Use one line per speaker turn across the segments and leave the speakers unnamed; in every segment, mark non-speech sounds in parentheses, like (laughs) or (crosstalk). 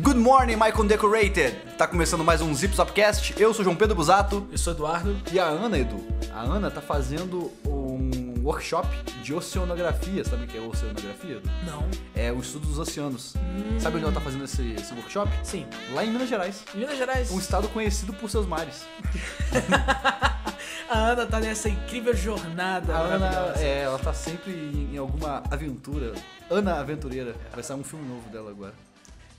Good morning, my condecorated! Tá começando mais um Zip Zopcast. Eu sou João Pedro Busato
Eu sou Eduardo.
e a Ana, Edu. A Ana tá fazendo um workshop de oceanografia. Sabe o que é oceanografia? Edu?
Não.
É o estudo dos oceanos. Sabe onde ela tá fazendo esse, esse workshop?
Sim.
Lá em Minas Gerais.
Em Minas Gerais,
Um estado conhecido por seus mares.
a Ana tá nessa incrível jornada.
A Ana,
maravilhosa.
é, ela tá sempre em em alguma aventura. Ana Aventureira. Vai sair um filme novo dela agora.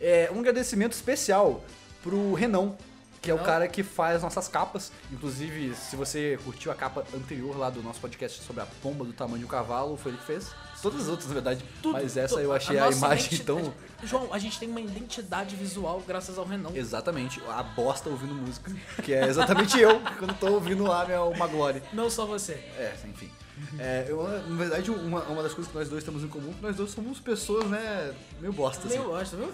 É, um agradecimento especial pro Renan, que é o
Renan?
cara que faz nossas capas. Inclusive, se você curtiu a capa anterior lá do nosso podcast sobre a pomba do tamanho de um cavalo, foi ele que fez. Todas as outras, na verdade.
Tudo-
mas essa eu achei a,
nossa tá
imagem
identidade-
tão...
João, a gente tem uma identidade visual graças ao Renan.
Exatamente, a bosta ouvindo música. Que é exatamente eu, (laughs) quando tô ouvindo lá minha Uma Glória.
Não só você.
É, enfim. É, eu, na verdade, uma, uma das coisas que nós dois temos em comum é que nós dois somos pessoas, né, meio bosta, assim.
Eu gosto, viu?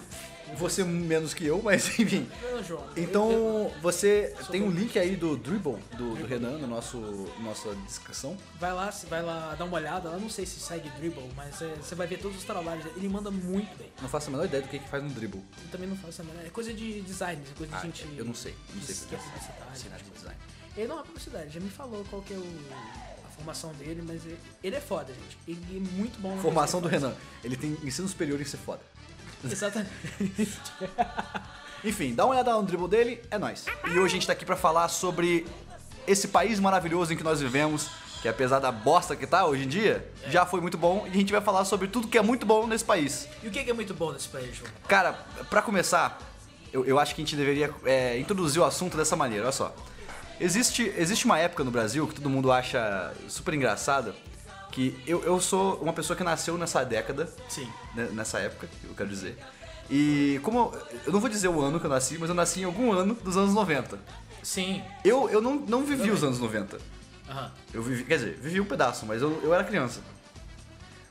Você menos que eu, mas (laughs) enfim.
Não, João. Eu-
Então, você
Sou
tem um
bom.
link aí do Dribble, do, do Renan, na nosso, nossa descrição.
eu- vai lá, se- vai lá dar uma olhada. Eu não sei se segue dribble, mas é, você vai ver todos os trabalhos. dele. Ele manda muito bem.
Não faço a menor ideia do que, que faz um Dribble.
Eu também não faço a menor. É coisa de design, é coisa de
Ah,
gente.
eu não sei, não sei
que
porque
é
eu não sei
publicidade.
nada de design.
Ele não é publicidade, já me falou qual que é o- a formação dele, mas ele, ele é foda, gente. Ele é muito bom na coisa
Formação do
que ele faz.
Renan. Ele tem ensino superior em ser foda.
Exatamente. (laughs)
Enfim, dá uma olhada no dribble dele, é nóis. E hoje a gente tá aqui pra falar sobre esse país maravilhoso em que nós vivemos, que apesar da bosta que tá hoje em dia, já foi muito bom, e a gente vai falar sobre tudo que é muito bom nesse país.
E o que que é muito bom nesse país, João?
Cara, pra começar, eu, eu acho que a gente deveria é, introduzir o assunto dessa maneira, olha só. Existe, existe uma época no Brasil que todo mundo acha super engraçada, que eu, eu sou uma pessoa que nasceu nessa década,
Sim.
né, nessa época, eu quero dizer. E como eu, eu não vou dizer o ano que eu nasci, mas eu nasci em algum ano dos anos 90.
Sim.
Eu, eu não, não vivi os anos 90.
Aham.
Eu vivi, quer dizer, vivi um pedaço, mas eu, eu era criança.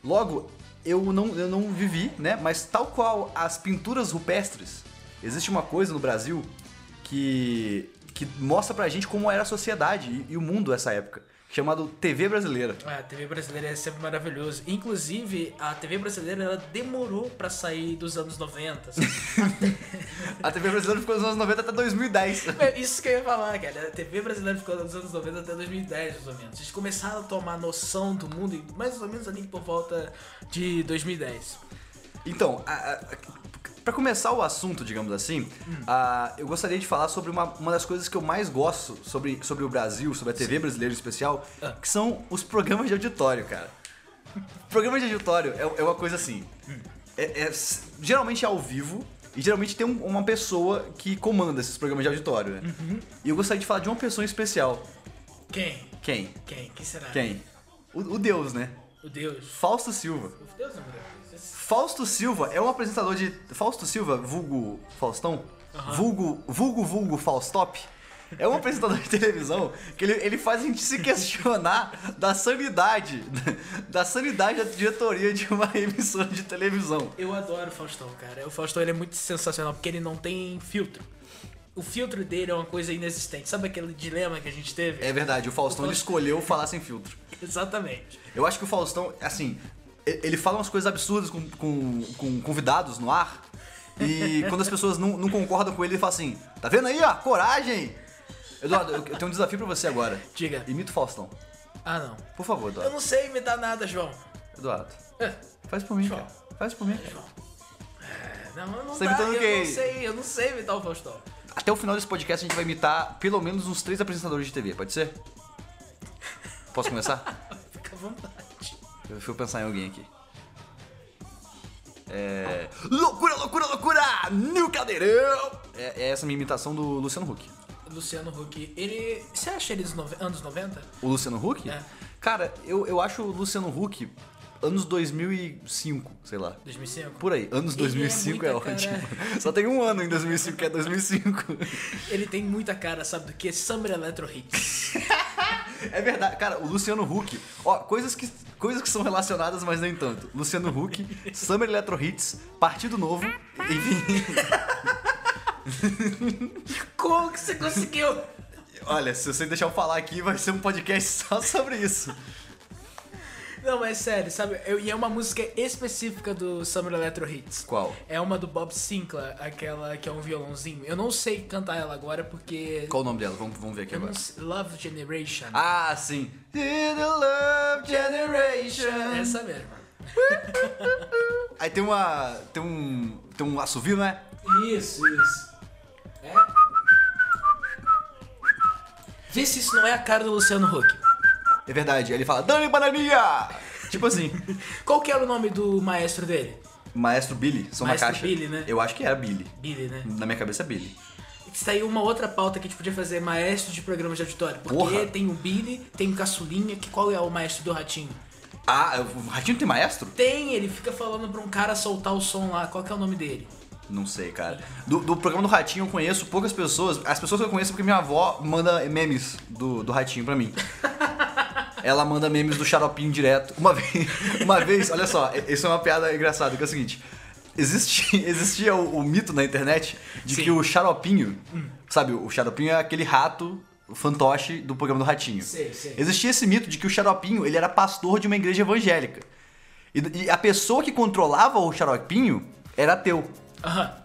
Logo, eu não, eu não vivi, né? Mas tal qual as pinturas rupestres, existe uma coisa no Brasil que, que mostra pra gente como era a sociedade e, e o mundo nessa época, chamado TV brasileira.
É, a TV brasileira é sempre maravilhoso. Inclusive, a TV brasileira ela demorou pra sair dos anos assim. 90. (laughs) sabe?
A TV brasileira ficou dos anos 90 até 2010.
É Isso que eu ia falar, cara. A TV brasileira ficou dos anos 90 até 2010, mais ou menos. Eles começaram a tomar noção do mundo em- mais ou menos ali por volta de 2010.
Então, a- a- a- pra começar o assunto, digamos assim, a- eu gostaria de falar sobre uma, uma das coisas que eu mais gosto sobre, sobre o Brasil, sobre a TV brasileira em especial,
Ah.
que são os programas de auditório, cara. Programa de auditório é, é uma coisa assim. É, é s- geralmente é ao vivo e geralmente tem um- uma pessoa que comanda esses programas de auditório, né? E eu gostaria de falar de uma pessoa em especial.
Quem?
Quem?
Quem? Quem será?
Quem? O, o Deus, né?
O Deus.
Fausto Silva.
O Deus é maravilhoso.
Fausto Silva é um apresentador de. Fausto Silva, vulgo Faustão? Vulgo, vulgo, vulgo Faustop. É um apresentador de televisão que ele, ele faz a gente se questionar da sanidade, da sanidade da diretoria de uma (laughs) emissora de televisão.
Eu adoro o Faustão, cara. O Faustão ele é muito sensacional porque ele não tem filtro. O filtro dele é uma coisa inexistente. Sabe aquele dilema que a gente teve?
É verdade, o Faustão ele escolheu falar sem filtro.
Exatamente.
Eu acho que o Faustão, assim, e- ele fala umas coisas absurdas com, com, com convidados no ar.
(laughs)
E quando as pessoas não, não concordam com ele, ele fala assim: tá vendo aí, ó? Coragem! Eduardo, eu, eu tenho um desafio pra você agora.
Diga.
Imita o Faustão.
Ah, não.
Por favor,
Eu
Eduardo.
não sei imitar nada, João.
Eduardo,
É,
faz por mim,
João.
cara. Faz por mim. cara.
Não, eu não
Você
dá,
imitando
eu
quem?
não sei, eu não sei imitar o Faustão. (laughs)
Até o final desse podcast a gente vai imitar pelo menos uns três apresentadores de TV, pode ser? Posso
(laughs)
começar?
Fica à vontade.
eu fui pensar em alguém aqui. É. Loucura, loucura, loucura! Nil Caldeirão! É, é essa minha imitação do Luciano Huck.
Luciano Huck, ele. Você acha ele dos nove- anos 90?
O Luciano Huck?
É.
Cara, eu, eu acho o Luciano Huck anos 2005, sei lá.
2005?
Por aí, anos
Ele é
2005 é,
muita cara.
ótimo. (laughs) Só tem um ano em 2005 que é 2005.
Ele tem muita cara, sabe do que? Summer Electro Hits.
É verdade, cara, o Luciano Huck. Ó, coisas que, coisas que são relacionadas, mas nem tanto. Luciano Huck, Summer Electro Hits, Partido Novo, enfim.
Como que você conseguiu?
Olha, se você deixar eu falar aqui, vai ser um podcast só sobre isso.
Não, mas sério, sabe? Eu- e é uma música específica do Summer Electro Hits.
Qual?
É uma do Bob Sinclair, aquela que é um violãozinho. Eu não sei cantar ela agora porque.
Qual o nome dela? Vamos, vamos ver aqui
Eu
agora.
não sei- Love Generation.
Ah, sim. In the Love Generation.
Essa mesmo.
Aí tem uma. Tem um. Tem um assovio, né?
Isso, isso. É? Vê se isso não é a cara do Luciano Huck. (laughs)
É verdade. Aí ele fala, Dani Bananinha! tipo assim.
Qual que era o nome do maestro dele?
Maestro Billy, só uma
Maestro
caixa.
Billy, né?
Eu acho que era Billy.
Billy, né?
Na minha cabeça é Billy.
Saiu uma outra pauta que a gente podia fazer, maestro de programa de auditório. Porque
Porra.
tem o Billy, tem o Caçulinha, que qual é o maestro do Ratinho?
Ah, o Ratinho tem maestro?
Tem, ele fica falando pra um cara soltar o som lá, qual que é o nome dele?
Não sei, cara. Do, do programa do Ratinho eu conheço poucas pessoas. As pessoas que eu conheço é porque minha avó manda memes do, do Ratinho pra
(laughs)
mim. Ela manda memes do xaropinho direto. Uma vez, (laughs) uma vez olha só, e- isso é uma piada engraçada, que é o seguinte. Existe, (laughs) existia o, o mito na internet de
Sim. Hum.
que o xaropinho, sabe, o xaropinho é aquele rato, o fantoche do programa do Ratinho.
Sei, sei.
Existia esse mito de que o xaropinho ele era pastor de uma igreja evangélica. E, e a pessoa que controlava o xaropinho era ateu.
Aham.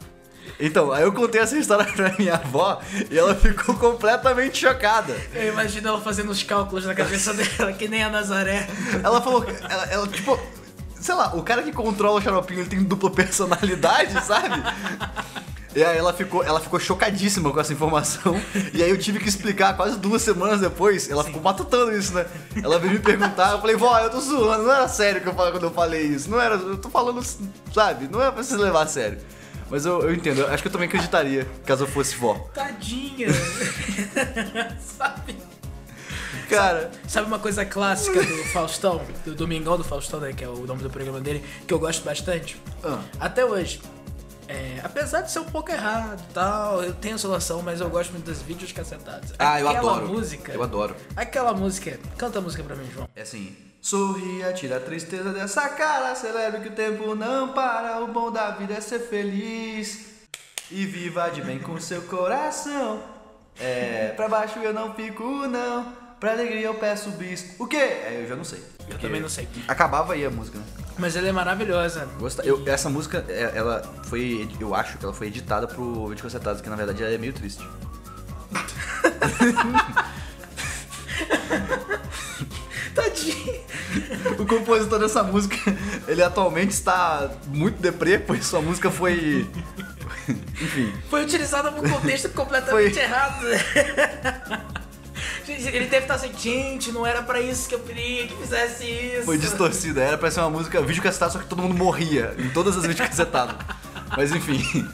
Então, aí eu contei essa história pra minha avó e ela ficou completamente chocada.
Eu imagino ela fazendo os cálculos
(laughs)
na cabeça dela, que nem a Nazaré.
Ela falou, que- ela, ela, tipo, sei lá, o cara que controla o xaropinho ele tem dupla personalidade, sabe? E aí ela ficou, ela ficou chocadíssima com essa informação. E aí eu tive que explicar quase duas semanas depois. Ela ficou matutando isso, né? Ela veio me perguntar, eu falei, vó, eu tô zoando, não era sério que eu falei quando eu falei isso. Não era, eu tô falando, sabe? Não é pra se levar a sério. Mas eu, eu entendo, eu acho que eu também acreditaria, caso eu fosse vó.
Tadinha. (laughs) Sabe?
Cara.
Sabe uma coisa clássica do Faustão, do Domingão do Faustão, né, que é o nome do programa dele, que eu gosto bastante?
Ah.
Até hoje. É, apesar de ser um pouco errado e tal, eu tenho solução, mas eu gosto muito dos vídeos cacetados.
Ah, eu
Aquela
adoro.
música.
Eu adoro.
Aquela música. Canta a música pra mim, João.
É assim. Sorria, tira a tristeza dessa cara, celebre que o tempo não para, o bom da vida é ser feliz e viva de bem com seu coração. É, pra baixo eu não fico não, pra alegria eu peço bis. O quê? É, eu já não sei.
Eu também não sei.
Acabava aí a música, né?
Mas ela é maravilhosa.
Gosta- eu- essa música, é- ela foi, eu acho que ela foi editada pro Vídeo Concertado, que na verdade ela é meio triste.
Tadinha.
O compositor dessa música, (laughs) ele atualmente está muito deprê, pois sua música foi. Enfim.
Foi utilizada num
(laughs)
contexto completamente
Foi.
errado. (laughs) Gente, Ele deve estar assim, gente, não era pra isso que eu queria que fizesse isso.
Foi distorcida. Era pra ser uma música vídeo cacetada, só que todo mundo morria em todas as vídeos cacetadas. Mas enfim.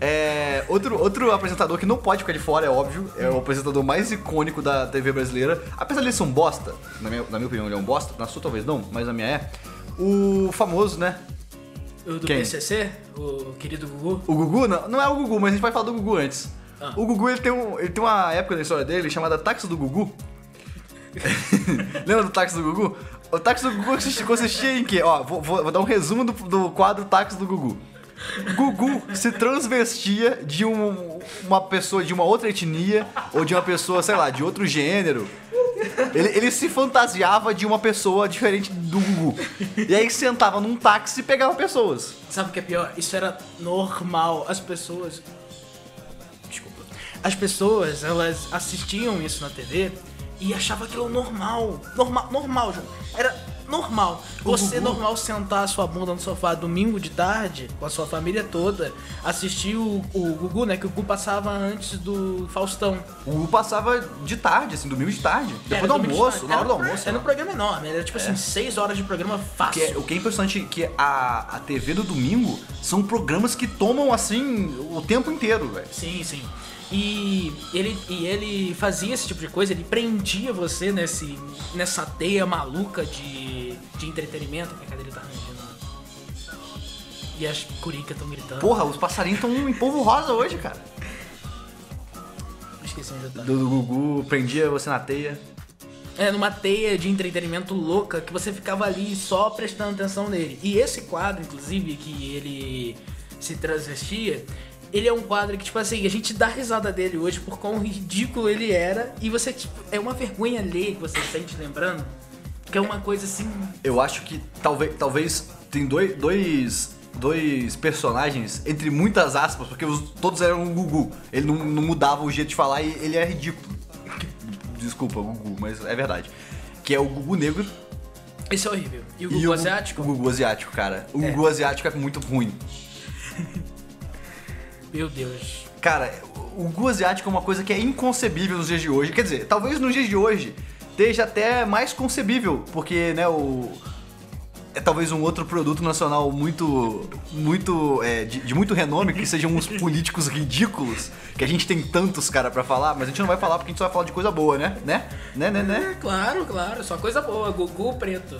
É, outro, outro apresentador que não pode ficar de fora, é óbvio, é o apresentador mais icônico da TV brasileira. Apesar de ele ser um bosta, na minha, na minha opinião ele é um bosta, na sua talvez não, mas na minha é. O famoso, né?
O do
Quem?
PCC, o querido Gugu.
O Gugu, não, não é o Gugu, mas a gente vai falar do Gugu antes.
Ah.
O Gugu, ele tem, um, ele tem uma época da história dele chamada Táxi do Gugu. (laughs) Lembra do Táxi do Gugu? O Táxi do Gugu consisti- consistia em quê? Ó, vou, vou- vou dar um resumo do, do quadro Táxi do Gugu. Gugu se transvestia de um- uma pessoa de uma outra etnia ou de uma pessoa, sei lá, de outro gênero. Ele, ele se fantasiava de uma pessoa diferente do Gugu. E aí sentava num táxi e pegava pessoas.
Sabe o que é pior? Isso era normal. As pessoas. Desculpa. As pessoas, elas assistiam isso na TV e achavam aquilo normal. Normal, normal, João. Era normal. Você
Gugu-
normal sentar a sua bunda no sofá domingo de tarde, com a sua família toda, assistir o, o Gugu, né? Que o Gugu passava antes do Faustão.
O Gugu Um passava de tarde, assim, domingo de tarde. Depois
Era
do
domingo de
almoço,
tarde.
na hora do
Era-
almoço.
Era um
né?
programa enorme. Era tipo assim, seis horas de programa fácil.
Que é- o que é impressionante é que a, a TV do domingo são programas que tomam, assim, o tempo inteiro, velho.
Sim, sim. E ele, e ele fazia esse tipo de coisa, ele prendia você nesse, nessa teia maluca de, de entretenimento. Minha cadeira tá rangendo. né? E as curicas estão gritando.
Porra, os passarinhos estão em polvo rosa hoje, cara.
Esqueci onde eu tava.
Do, do Gugu, prendia você na teia.
É, numa teia de entretenimento louca que você ficava ali só prestando atenção nele. E esse quadro, inclusive, que ele se transvestia, ele é um quadro que, tipo assim, a gente dá risada dele hoje por quão ridículo ele era. E você, tipo, é uma vergonha ler que você sente lembrando. Que é uma coisa assim.
Eu acho que talvez, talvez tem dois, dois, dois personagens, entre muitas aspas, porque os- todos eram o Gugu. Ele não, não mudava o jeito de falar e ele é ridículo. Desculpa, Gugu, mas é verdade. Que é o Gugu negro
Isso é horrível. E o
e
Gugu asiático?
O Gugu asiático, cara. O Gugu asiático é muito ruim.
Meu Deus.
Cara, o Gugu asiático é uma coisa que é inconcebível nos dias de hoje. Quer dizer, talvez nos dias de hoje esteja até mais concebível, porque, né, o. É talvez um outro produto nacional muito. muito. é, de, de muito renome, que sejam uns políticos ridículos, que a gente tem tantos, cara, pra falar, mas a gente não vai falar porque a gente só vai falar de coisa boa, né? Né? Né, né, né?
É, claro, claro. Só coisa boa. Gugu preto.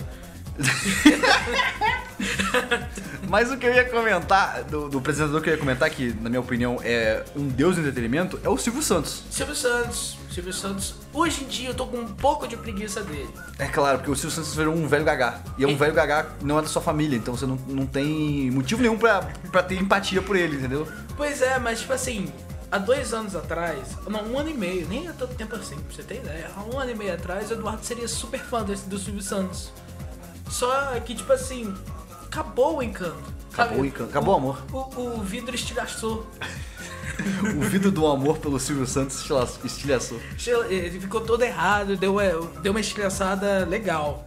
Mas o que eu ia comentar, do, do apresentador que eu ia comentar, que na minha opinião é um deus do entretenimento, é o Silvio Santos.
Silvio Santos. Silvio Santos. Hoje em dia eu tô com um pouco de preguiça dele.
É claro, porque o Silvio Santos virou um velho gagá. E é um
É.
velho gagá não é da sua família, então você não, não tem motivo nenhum pra, pra ter empatia por ele, entendeu?
Pois é, mas tipo assim, há dois anos atrás, não, um ano e meio, nem há tanto tempo assim, pra você ter ideia, há um ano e meio atrás o Eduardo seria super fã desse, do Silvio Santos. Só que, tipo assim, acabou o encanto. sabe?
Acabou o encanto, acabou o amor.
O, o vidro estilhaçou.
O vidro do amor pelo Silvio Santos estilha- estilhaçou.
Estil- Ele ficou todo errado, deu, uma- deu uma estilhaçada legal.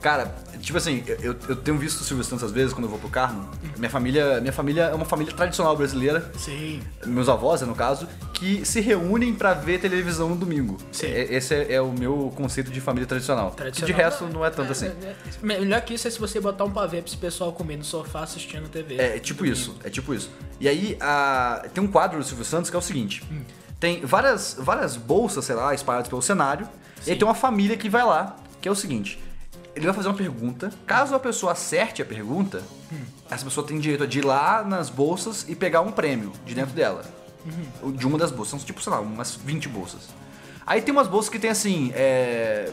Cara, tipo assim, eu- eu, eu tenho visto o Silvio Santos às vezes quando eu vou pro Carmo. Minha família, minha família é uma família tradicional brasileira,
Sim.
meus avós, é no caso, que se reúnem pra ver televisão no domingo.
Sim.
É- Esse é, é o meu conceito de família tradicional.
Tradicional.
De resto, não é tanto assim.
Melhor que isso é se você botar um pavê pra esse pessoal comer no sofá assistindo TV.
É, é tipo isso, é tipo isso. E aí, a- tem um quadro do Silvio Santos que é o seguinte: tem várias, várias bolsas, sei lá, espalhadas pelo cenário, e aí tem uma família que vai lá, que é o seguinte: ele vai fazer uma pergunta, caso a pessoa acerte a pergunta, essa pessoa tem direito de ir lá nas bolsas e pegar um prêmio de dentro dela. Ou De uma das bolsas, são tipo, sei lá, umas 20 bolsas. Aí tem umas bolsas que tem assim, é.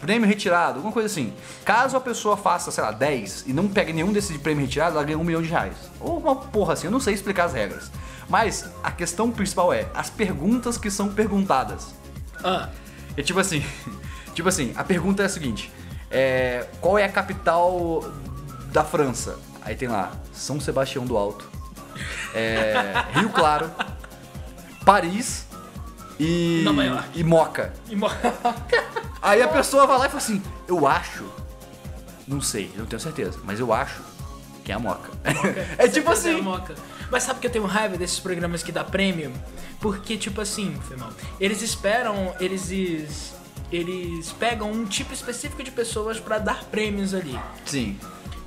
Prêmio retirado, alguma coisa assim. Caso a pessoa faça, sei lá, 10 e não pegue nenhum desses de prêmio retirado, ela ganha um milhão de reais. Ou uma porra assim, eu não sei explicar as regras. Mas a questão principal é as perguntas que são perguntadas.
Ah,
É tipo assim, (laughs) tipo assim, a pergunta é a seguinte: é, qual é a capital da França? Aí tem lá São Sebastião do Alto, é, Rio Claro, Paris e
Nova York.
e Moca.
e mo- (laughs)
Aí a pessoa vai lá e fala assim: Eu acho. Não sei, não tenho certeza, mas eu acho que é a moca. (laughs) é tipo
Certeza
assim.
moca. Mas sabe que eu tenho raiva desses programas que dá prêmio? Porque, tipo assim, foi mal. Eles esperam, eles. es- Eles pegam um tipo específico de pessoas pra dar prêmios ali.
Sim.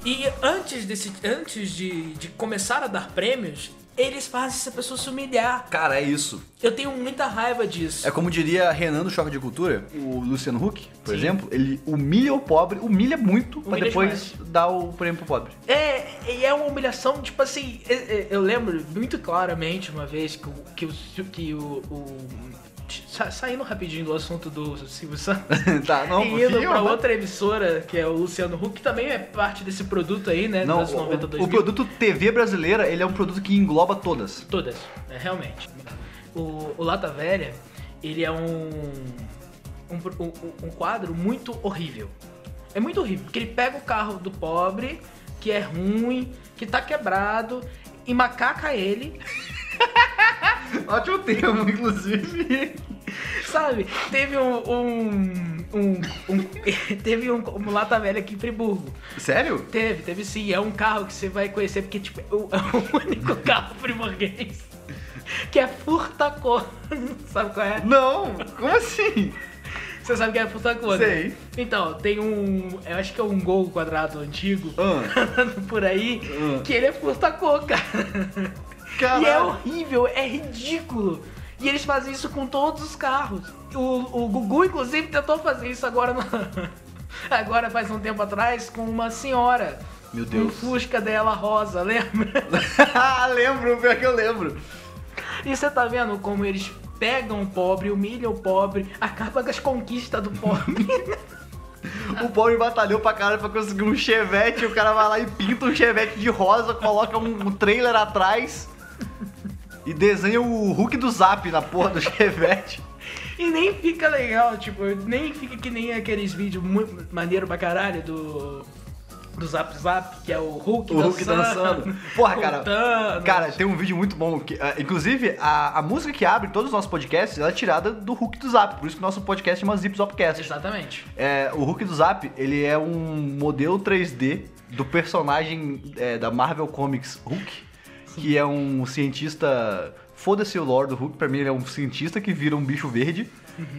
E antes, desse, antes de, de começar a dar prêmios, eles fazem essa pessoa se humilhar.
Cara, é isso.
Eu tenho muita raiva disso.
É como diria Renan do Choque de Cultura, o Luciano Huck, por exemplo, ele humilha o pobre, humilha muito, pra
Humilha
depois dar o prêmio pro pobre. (laughs)
É, e é uma humilhação, tipo assim, é- é- eu lembro muito claramente uma vez que, o- que, o, que o, o- sa- Saindo rapidinho do assunto do Silvio Santos
tá, não,
e indo
confia,
pra
né?
outra emissora, que é o Luciano Huck, que também é parte desse produto aí, né?
Não,
dos 90,
o, o
2000.
produto TV brasileira, ele é um produto que engloba
(laughs)
todas.
Todas, né, realmente. O, o Lata Velha, ele é um, um, pro- um- um quadro muito horrível. É muito horrível, porque ele pega o carro do pobre, que é ruim, que tá quebrado, e macaca ele, (laughs)
Ótimo termo, inclusive.
sabe? Teve um. um- um- um- (laughs) teve um, um Lata Velha aqui em Friburgo.
Sério?
Teve, teve sim. É um carro que você vai conhecer, porque tipo, é o, (laughs) é o único carro primorguês (laughs) que é furtacor. (laughs) Sabe qual é?
Não, como assim?
Você sabe que é furtacor, né?
Sei.
Então, tem um. Eu acho que é um gol quadrado antigo
Ah,
andando (laughs) por aí
Ah.
que ele é furtacor, cara. (laughs) E é
caralho.
horrível, é ridículo. E eles fazem isso com todos os carros. O, o Gugu, inclusive, tentou fazer isso agora no- (laughs) Agora, faz um tempo atrás, com uma senhora.
Meu
Um
Deus.
fusca dela rosa, (laughs) lembra?
Ah, (laughs) lembro, pior que eu lembro.
E você tá vendo como eles pegam o pobre, humilham o pobre, acabam com as conquistas do pobre. (laughs)
O pobre batalhou pra caralho pra conseguir um chevette, o cara vai lá e pinta um chevette de rosa, coloca um, um trailer atrás e desenha o Hulk do Zap na porra do chevette.
E nem fica legal, tipo, nem fica que nem aqueles vídeos muito maneiro pra caralho do. Do Zap Zap, que é o
(laughs)
Hulk,
O Hulk dançando.
(laughs)
Porra, cara.
contando.
Cara, tem um vídeo muito bom. Que, ah, inclusive, a, a música que abre todos os nossos podcasts ela é tirada do Hulk do Zap. Por isso que o nosso podcast chama Zip Zopcast.
Exatamente.
É, o Hulk do Zap, ele é um modelo 3D do personagem é, da Marvel Comics Hulk, que é um cientista. Foda-se o lore do Hulk, pra mim ele é um cientista que vira um bicho verde,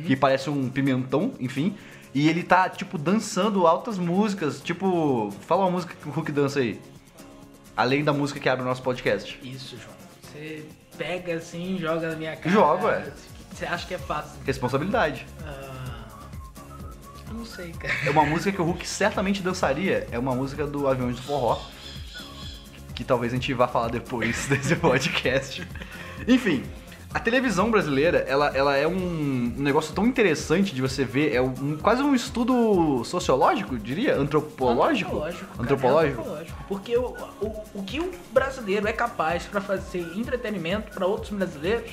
que parece um pimentão, enfim. E ele tá, tipo, dançando altas músicas. Tipo, fala uma música que o Hulk dança aí. Além da música que abre o nosso podcast.
Isso, João. Você pega assim, joga na minha cara.
Jogo, é.
Você acha que é fácil.
Responsabilidade.
Ah, eu não sei, cara.
É uma música que o Hulk certamente dançaria. É uma música do Aviões do Forró. Que talvez a gente vá falar depois (laughs) desse podcast. Enfim, a televisão brasileira, ela, ela é um negócio tão interessante de você ver. É um- quase um estudo sociológico, diria? Antropológico?
Antropológico. cara,
Antropológico?
é antropológico. Porque o, o, o que o brasileiro é capaz pra fazer entretenimento pra outros brasileiros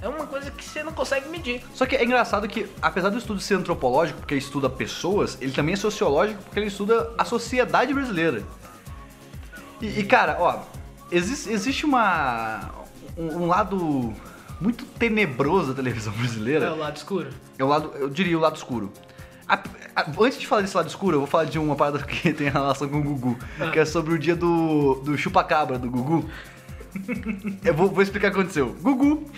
é uma coisa que você não consegue medir.
Só que é engraçado que, apesar do estudo ser antropológico, porque ele estuda pessoas, ele também é sociológico porque ele estuda a sociedade brasileira. E, e, cara, ó, existe, existe uma. Um, um lado muito tenebroso da televisão brasileira.
É o lado escuro.
É o lado, eu diria o lado escuro. A- a- antes de falar desse lado escuro, eu vou falar de uma parada (laughs) que tem relação com o Gugu, que é sobre o dia do, do chupacabra do Gugu. Eu vou, vou explicar o que aconteceu. Gugu,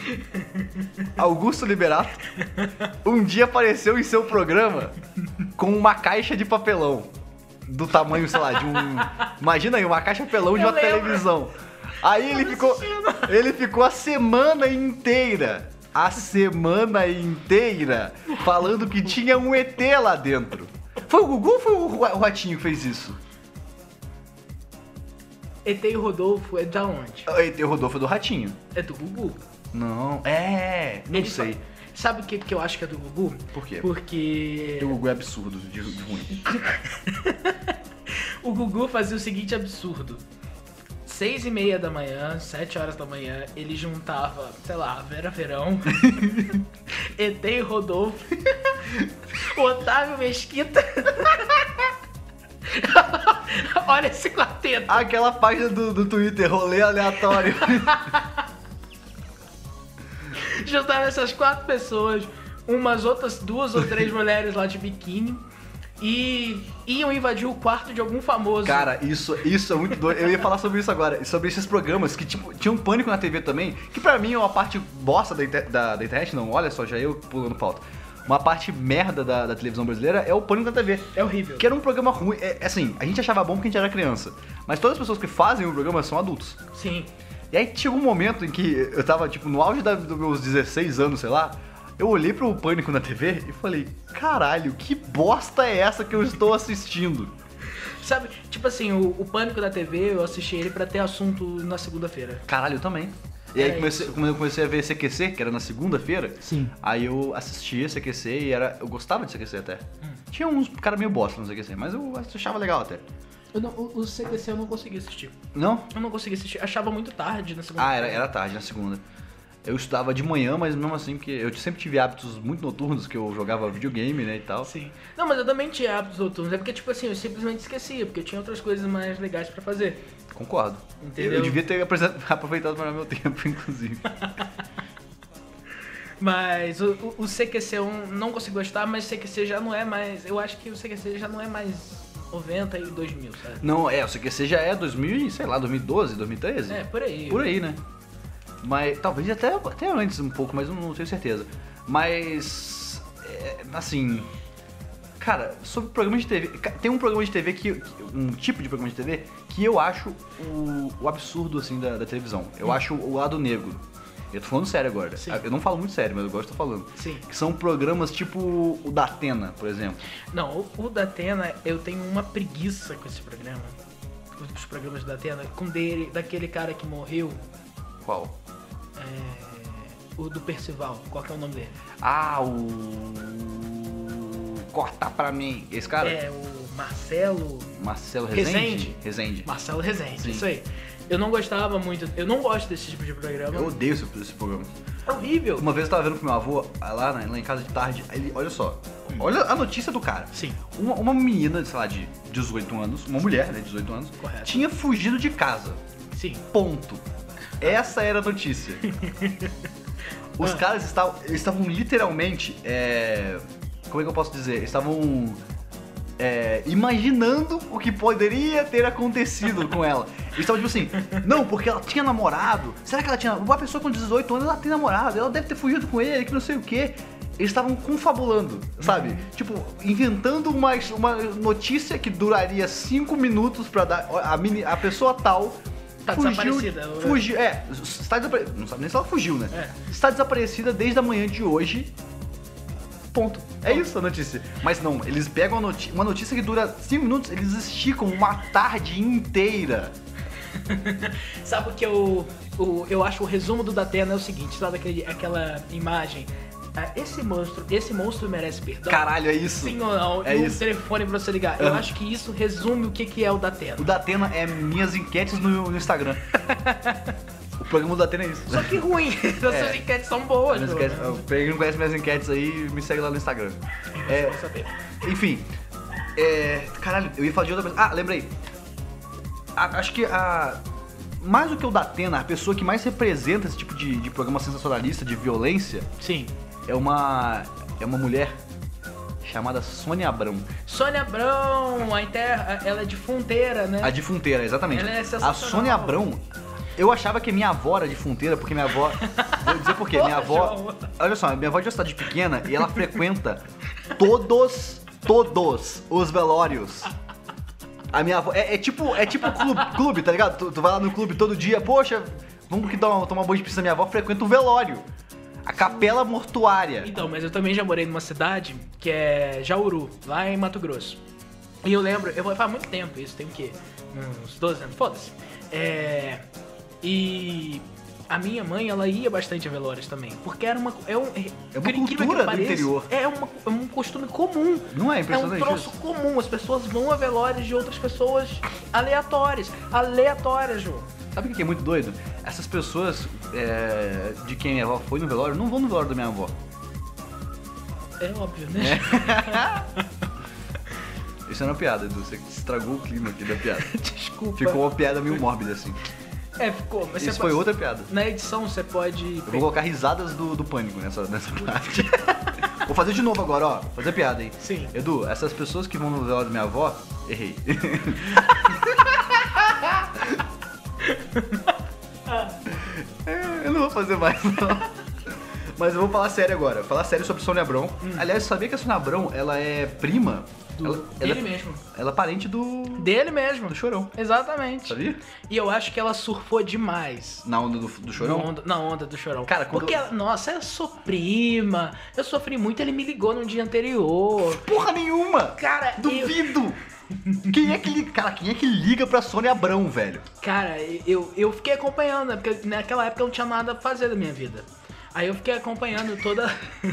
Augusto Liberato, um dia apareceu em seu programa com uma caixa de papelão. Do tamanho, sei lá, de um. Imagina aí, uma caixa de papelão de
Eu
uma
lembro.
televisão. Aí ele
tava
ficou.
assistindo.
(laughs) Ele ficou a semana inteira, a semana inteira, falando que tinha um ET lá dentro. Foi o Gugu ou foi o Ro- Ratinho que fez isso?
ET e Rodolfo é da onde?
O ET Rodolfo é do Ratinho.
É do Gugu.
Não, é, não
Ele
sei.
fa- Sabe o que, que eu acho que é do Gugu?
Por quê?
Porque
O Gugu é absurdo de, de ruim.
o Gugu fazia o seguinte absurdo. Seis e meia da manhã, sete horas da manhã, ele juntava, sei lá, Vera Verão, (laughs) ET e Rodolfo, (laughs) Otávio Mesquita. (laughs) Olha esse quarteto.
Aquela página do, do Twitter, rolê (laughs) aleatório.
Juntaram essas quatro pessoas, umas outras duas ou três mulheres lá de biquíni, e iam invadir o quarto de algum famoso.
Cara, isso, isso é muito doido. Eu ia falar sobre isso agora, e sobre esses programas que tipo, tinham pânico na TV também, que pra mim é uma parte bosta da, inter- da- da internet, não, olha só, já eu pulando pauta. Uma parte merda da, da televisão brasileira é o pânico na TV.
é horrível.
Que era um programa ruim, é, é assim, a gente achava bom porque a gente era criança. Mas todas as pessoas que fazem o programa são adultos.
Sim.
E aí chegou um momento em que eu tava, tipo, no auge da- dos meus 16 anos, sei lá, eu olhei pro pânico na TV e falei, caralho, que bosta é essa que eu estou assistindo?
Sabe, tipo assim, o, o Pânico da TV, eu assisti ele pra ter assunto na segunda-feira.
Caralho, eu também. E aí
É
comecei, quando eu comecei a ver CQC, que era na segunda-feira,
Sim.
aí eu assistia CQC e era. Eu gostava de CQC até.
Hum.
Tinha uns cara meio bosta no CQC, mas eu achava legal até.
Eu não, o, o CDC eu não consegui assistir.
Não?
Eu não consegui assistir. Achava muito tarde na segunda
Ah, era, era tarde, na segunda. Eu estudava de manhã, mas mesmo assim, porque eu sempre tive hábitos muito noturnos, que eu jogava videogame, né, e tal.
Sim. Assim. Não, mas eu também tinha hábitos noturnos. É porque, tipo assim, eu simplesmente esquecia, porque eu tinha outras coisas mais legais pra fazer.
Concordo.
Entendeu?
Eu, eu devia ter apresen- (laughs) aproveitado melhor meu tempo, (laughs)
(laughs)
inclusive.
Mas o, o- o CQC eu não consigo gostar, mas o CQC já não é mais. Eu acho que o CQC já não é mais 90 e 2000, sabe?
Não, é, o CQC já é 2000, e, sei lá, 2012, 2013?
É, por aí.
Por aí, né? Mas talvez até, até antes um pouco, mas eu não tenho certeza. Mas. é, assim. Cara, sobre programa de TV. ca- Tem um programa de TV que. que- Um tipo de programa de TV que eu acho o, o absurdo, assim, da, da televisão. Eu acho o lado negro. Eu tô falando sério agora. Ah,
Sim.
Eu não falo muito sério, mas eu gosto de estar falando.
Sim.
Que são programas tipo o da Atena, por exemplo.
Não, o- o da Atena, eu tenho uma preguiça com esse programa. Os programas da Atena, com dele, daquele cara que morreu,
Qual?
é, o do Percival, qual que é o nome dele?
Ah, o. Corta pra mim. Esse cara?
É o Marcelo.
Marcelo Rezende? Rezende.
Marcelo Rezende,
Sim.
isso aí. Eu não gostava muito, eu não gosto desse tipo de programa.
Eu odeio esse, esse programa.
É horrível.
Uma vez eu tava vendo com meu avô ah, lá, na- lá em casa de tarde, aí ele, olha só, olha a notícia do cara.
Hum. Sim.
Uma, uma menina, sei lá, de 18 anos, uma mulher, né, de 18 anos,
Correto.
tinha fugido de casa.
Sim.
Ponto.
Tá.
Essa era a notícia. Os
Ah.
caras estavam, eles estavam literalmente, é, como é que eu posso dizer? Eles Estavam é, imaginando o que poderia ter acontecido com ela. Eles estavam tipo assim, não, porque ela tinha namorado. Será que ela tinha? Uma pessoa com 18 anos, ela tem namorado. Ela deve ter fugido com ele, que não sei o quê. Eles estavam confabulando,
Uhum.
sabe? Tipo, inventando uma, uma notícia que duraria 5 minutos pra dar. ó, A, mini- a pessoa tal
Tá
fugiu,
desaparecida.
Fugiu, é, está desaparecida. Não sabe nem se ela fugiu, né?
É.
Está desaparecida desde a manhã de hoje. Ponto. É isso a notícia. Mas não, eles pegam a noti- uma notícia que dura 5 minutos, eles esticam uma tarde inteira.
Sabe o que eu, o, eu acho o resumo do Datena é o seguinte, sabe aquele, aquela imagem? Ah, Esse monstro, esse monstro merece perdão.
Caralho, é isso.
Sim ou não?
É
e um
isso.
telefone pra você ligar. Eu
Aham.
acho que isso resume o que, que é o Datena.
O Datena é minhas enquetes no, no Instagram. o programa do Datena (laughs) é isso.
Só que ruim, as suas enquetes são boas.
Minhas
pelo
enquetes-
menos.
Pra quem não conhece minhas enquetes aí, me segue lá no Instagram.
Eu
É,
vou saber.
Enfim. É. Caralho, eu ia falar de outra coisa. Ah, lembrei. A- acho que a. Mais do que o Datena, a pessoa que mais representa esse tipo de, de programa sensacionalista, de violência,
Sim.
é uma. É uma mulher chamada Sônia Abrão.
Sônia Abrão, a Terra, ela é de Fonteira, né?
A de Funteira, exatamente.
Ela é
a
sensacional.
Sônia Abrão. Eu achava que minha avó era de Funteira, porque minha avó. Vou dizer por quê. Minha avó.
João.
Olha só, minha avó é de uma cidade pequena e ela frequenta todos, todos os velórios. A minha avó. É, é tipo, é tipo clube, clube, tá ligado? Tu, tu vai lá no clube todo dia, poxa, vamos que dá uma, tomar banho de piscina. Minha avó frequenta o velório. A capela mortuária.
Então, mas eu também já morei numa cidade que é Jauru, lá em Mato Grosso. E eu lembro, eu faz muito tempo isso, tem o quê? Uns 12 anos, foda-se. É. E a minha mãe, ela ia bastante a velórios também. Porque era uma. É, um,
É uma
por incrível que
cultura do
pareça,
interior.
É, uma- é um costume comum.
Não é
É um
impressionante
troço
isso?
comum. As pessoas vão a velórios de outras pessoas aleatórias. Aleatórias, João.
Sabe o que que é muito doido? Essas pessoas é, de quem minha avó foi no velório não vão no velório da minha avó.
É óbvio, né?
Isso é uma piada, Edu. Você estragou o clima aqui da piada.
(laughs) (laughs) Desculpa.
Ficou uma piada meio mórbida, assim.
É, ficou. Mas
Isso
você
foi
pode-
outra piada.
Na edição você pode.
Eu vou colocar risadas do, do pânico nessa, nessa
(laughs)
parte. vou fazer de novo agora, ó. Fazer piada, hein?
Sim.
Edu, essas pessoas que vão no velório da minha avó, errei. (laughs) É, eu não vou fazer mais, não. Mas eu vou falar sério agora. Falar sério sobre Sônia Abrão. Aliás, sabia que a Sônia Abrão, ela é prima...
Hum. Do-
ela,
dele
ela-
mesmo.
Ela é parente do...
Dele mesmo.
do Chorão.
Exatamente.
Sabia?
E eu acho que ela surfou demais.
Na onda do, do
Na
Chorão.
onda, na onda do chorão.
Cara, quando-
Porque, ela, nossa, eu sou prima. Eu sofri muito, ele me ligou no dia anterior.
Porra nenhuma!
Cara, eu,
Duvido! Quem é que liga? Cara, quem é que liga pra Sônia Abrão, velho?
cara eu, eu fiquei acompanhando, né? Porque naquela época eu não tinha nada a fazer da minha vida. Aí eu fiquei acompanhando toda. (laughs)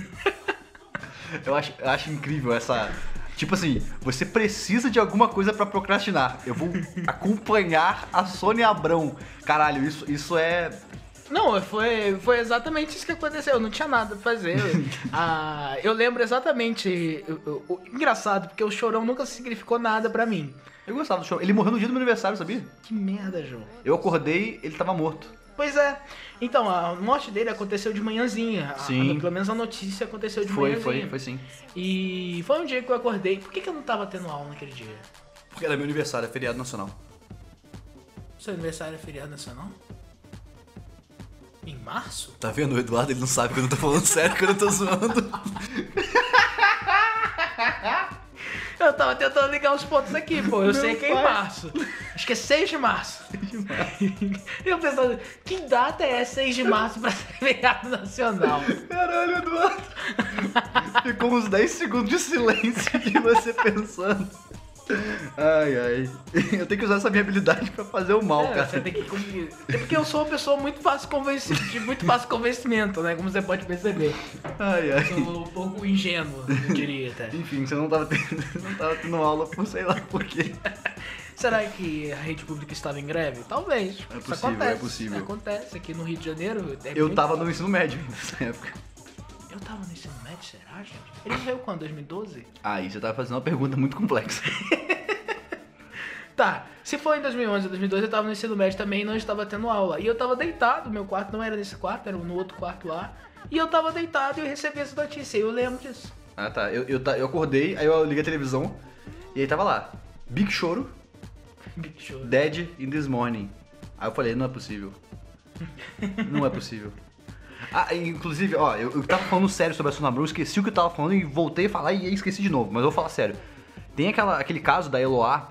Eu acho, eu acho incrível essa. Tipo assim, você precisa de alguma coisa pra procrastinar. Eu vou acompanhar a Sônia Abrão. Caralho, isso, isso é.
Não, foi, foi exatamente isso que aconteceu. Eu não tinha nada pra
(laughs)
fazer. ah, eu lembro exatamente. eu- eu- o- engraçado, porque o chorão nunca significou nada pra mim.
Eu gostava do show. Ele morreu no dia do meu aniversário, sabia?
Que merda, João.
Eu acordei, ele tava morto.
Pois é. Então, a morte dele aconteceu de manhãzinha. A-
Sim.
pelo menos a notícia aconteceu de
Foi,
manhãzinha.
foi, foi sim.
E foi um dia que eu acordei. Por que, que eu não tava tendo aula naquele dia?
Porque era meu aniversário, é feriado nacional.
Seu aniversário é feriado nacional? Em março?
Tá vendo? O Eduardo ele não sabe quando eu tô falando (laughs) sério, quando eu tô zoando.
Eu tava tentando ligar os pontos aqui, pô. Eu sei que é em
pai.
março. Acho que é 6 de
(laughs)
março. eu pensando, que data é 6 de março pra ser feriado nacional?
Caralho, Eduardo. Ficou uns 10 segundos de silêncio de você pensando. Ai, ai. Eu tenho que usar essa minha habilidade pra fazer o mal,
É,
cara.
Você tem que conven- É porque eu sou uma pessoa muito fácil convenci- de muito fácil convencimento, né? Como você pode perceber.
Ai,
Eu
ai.
sou um pouco ingênuo, eu diria até.
(laughs) Enfim, você não tava tendo, não tava tendo aula por sei lá por quê.
Será que a rede pública estava em greve? Talvez. É
possível,
acontece.
é possível.
Acontece aqui no Rio de Janeiro. é
Eu
muito-
tava no ensino médio nessa época.
Eu tava no ensino médio, será, gente? Ele veio quando? 2012?
Aí você tava fazendo uma pergunta muito complexa.
Tá, se for em 2011 ou 2012, eu tava no ensino médio também e não estava tendo aula. E eu tava deitado, meu quarto não era nesse quarto, era no outro quarto lá. E eu tava deitado e eu recebi essa notícia, e eu lembro disso. (laughs)
Ah, tá. Eu, eu, ta- eu acordei, aí eu liguei a televisão e aí tava lá. Big Choro,
Big show.
Dead in This Morning. Aí eu falei, não é possível. Não é possível. Ah, e, inclusive, ó, eu, eu tava falando sério sobre a Sonabru, esqueci o que eu tava falando e voltei a falar e aí esqueci de novo, mas eu vou falar sério. Tem aquela, aquele caso da Eloá,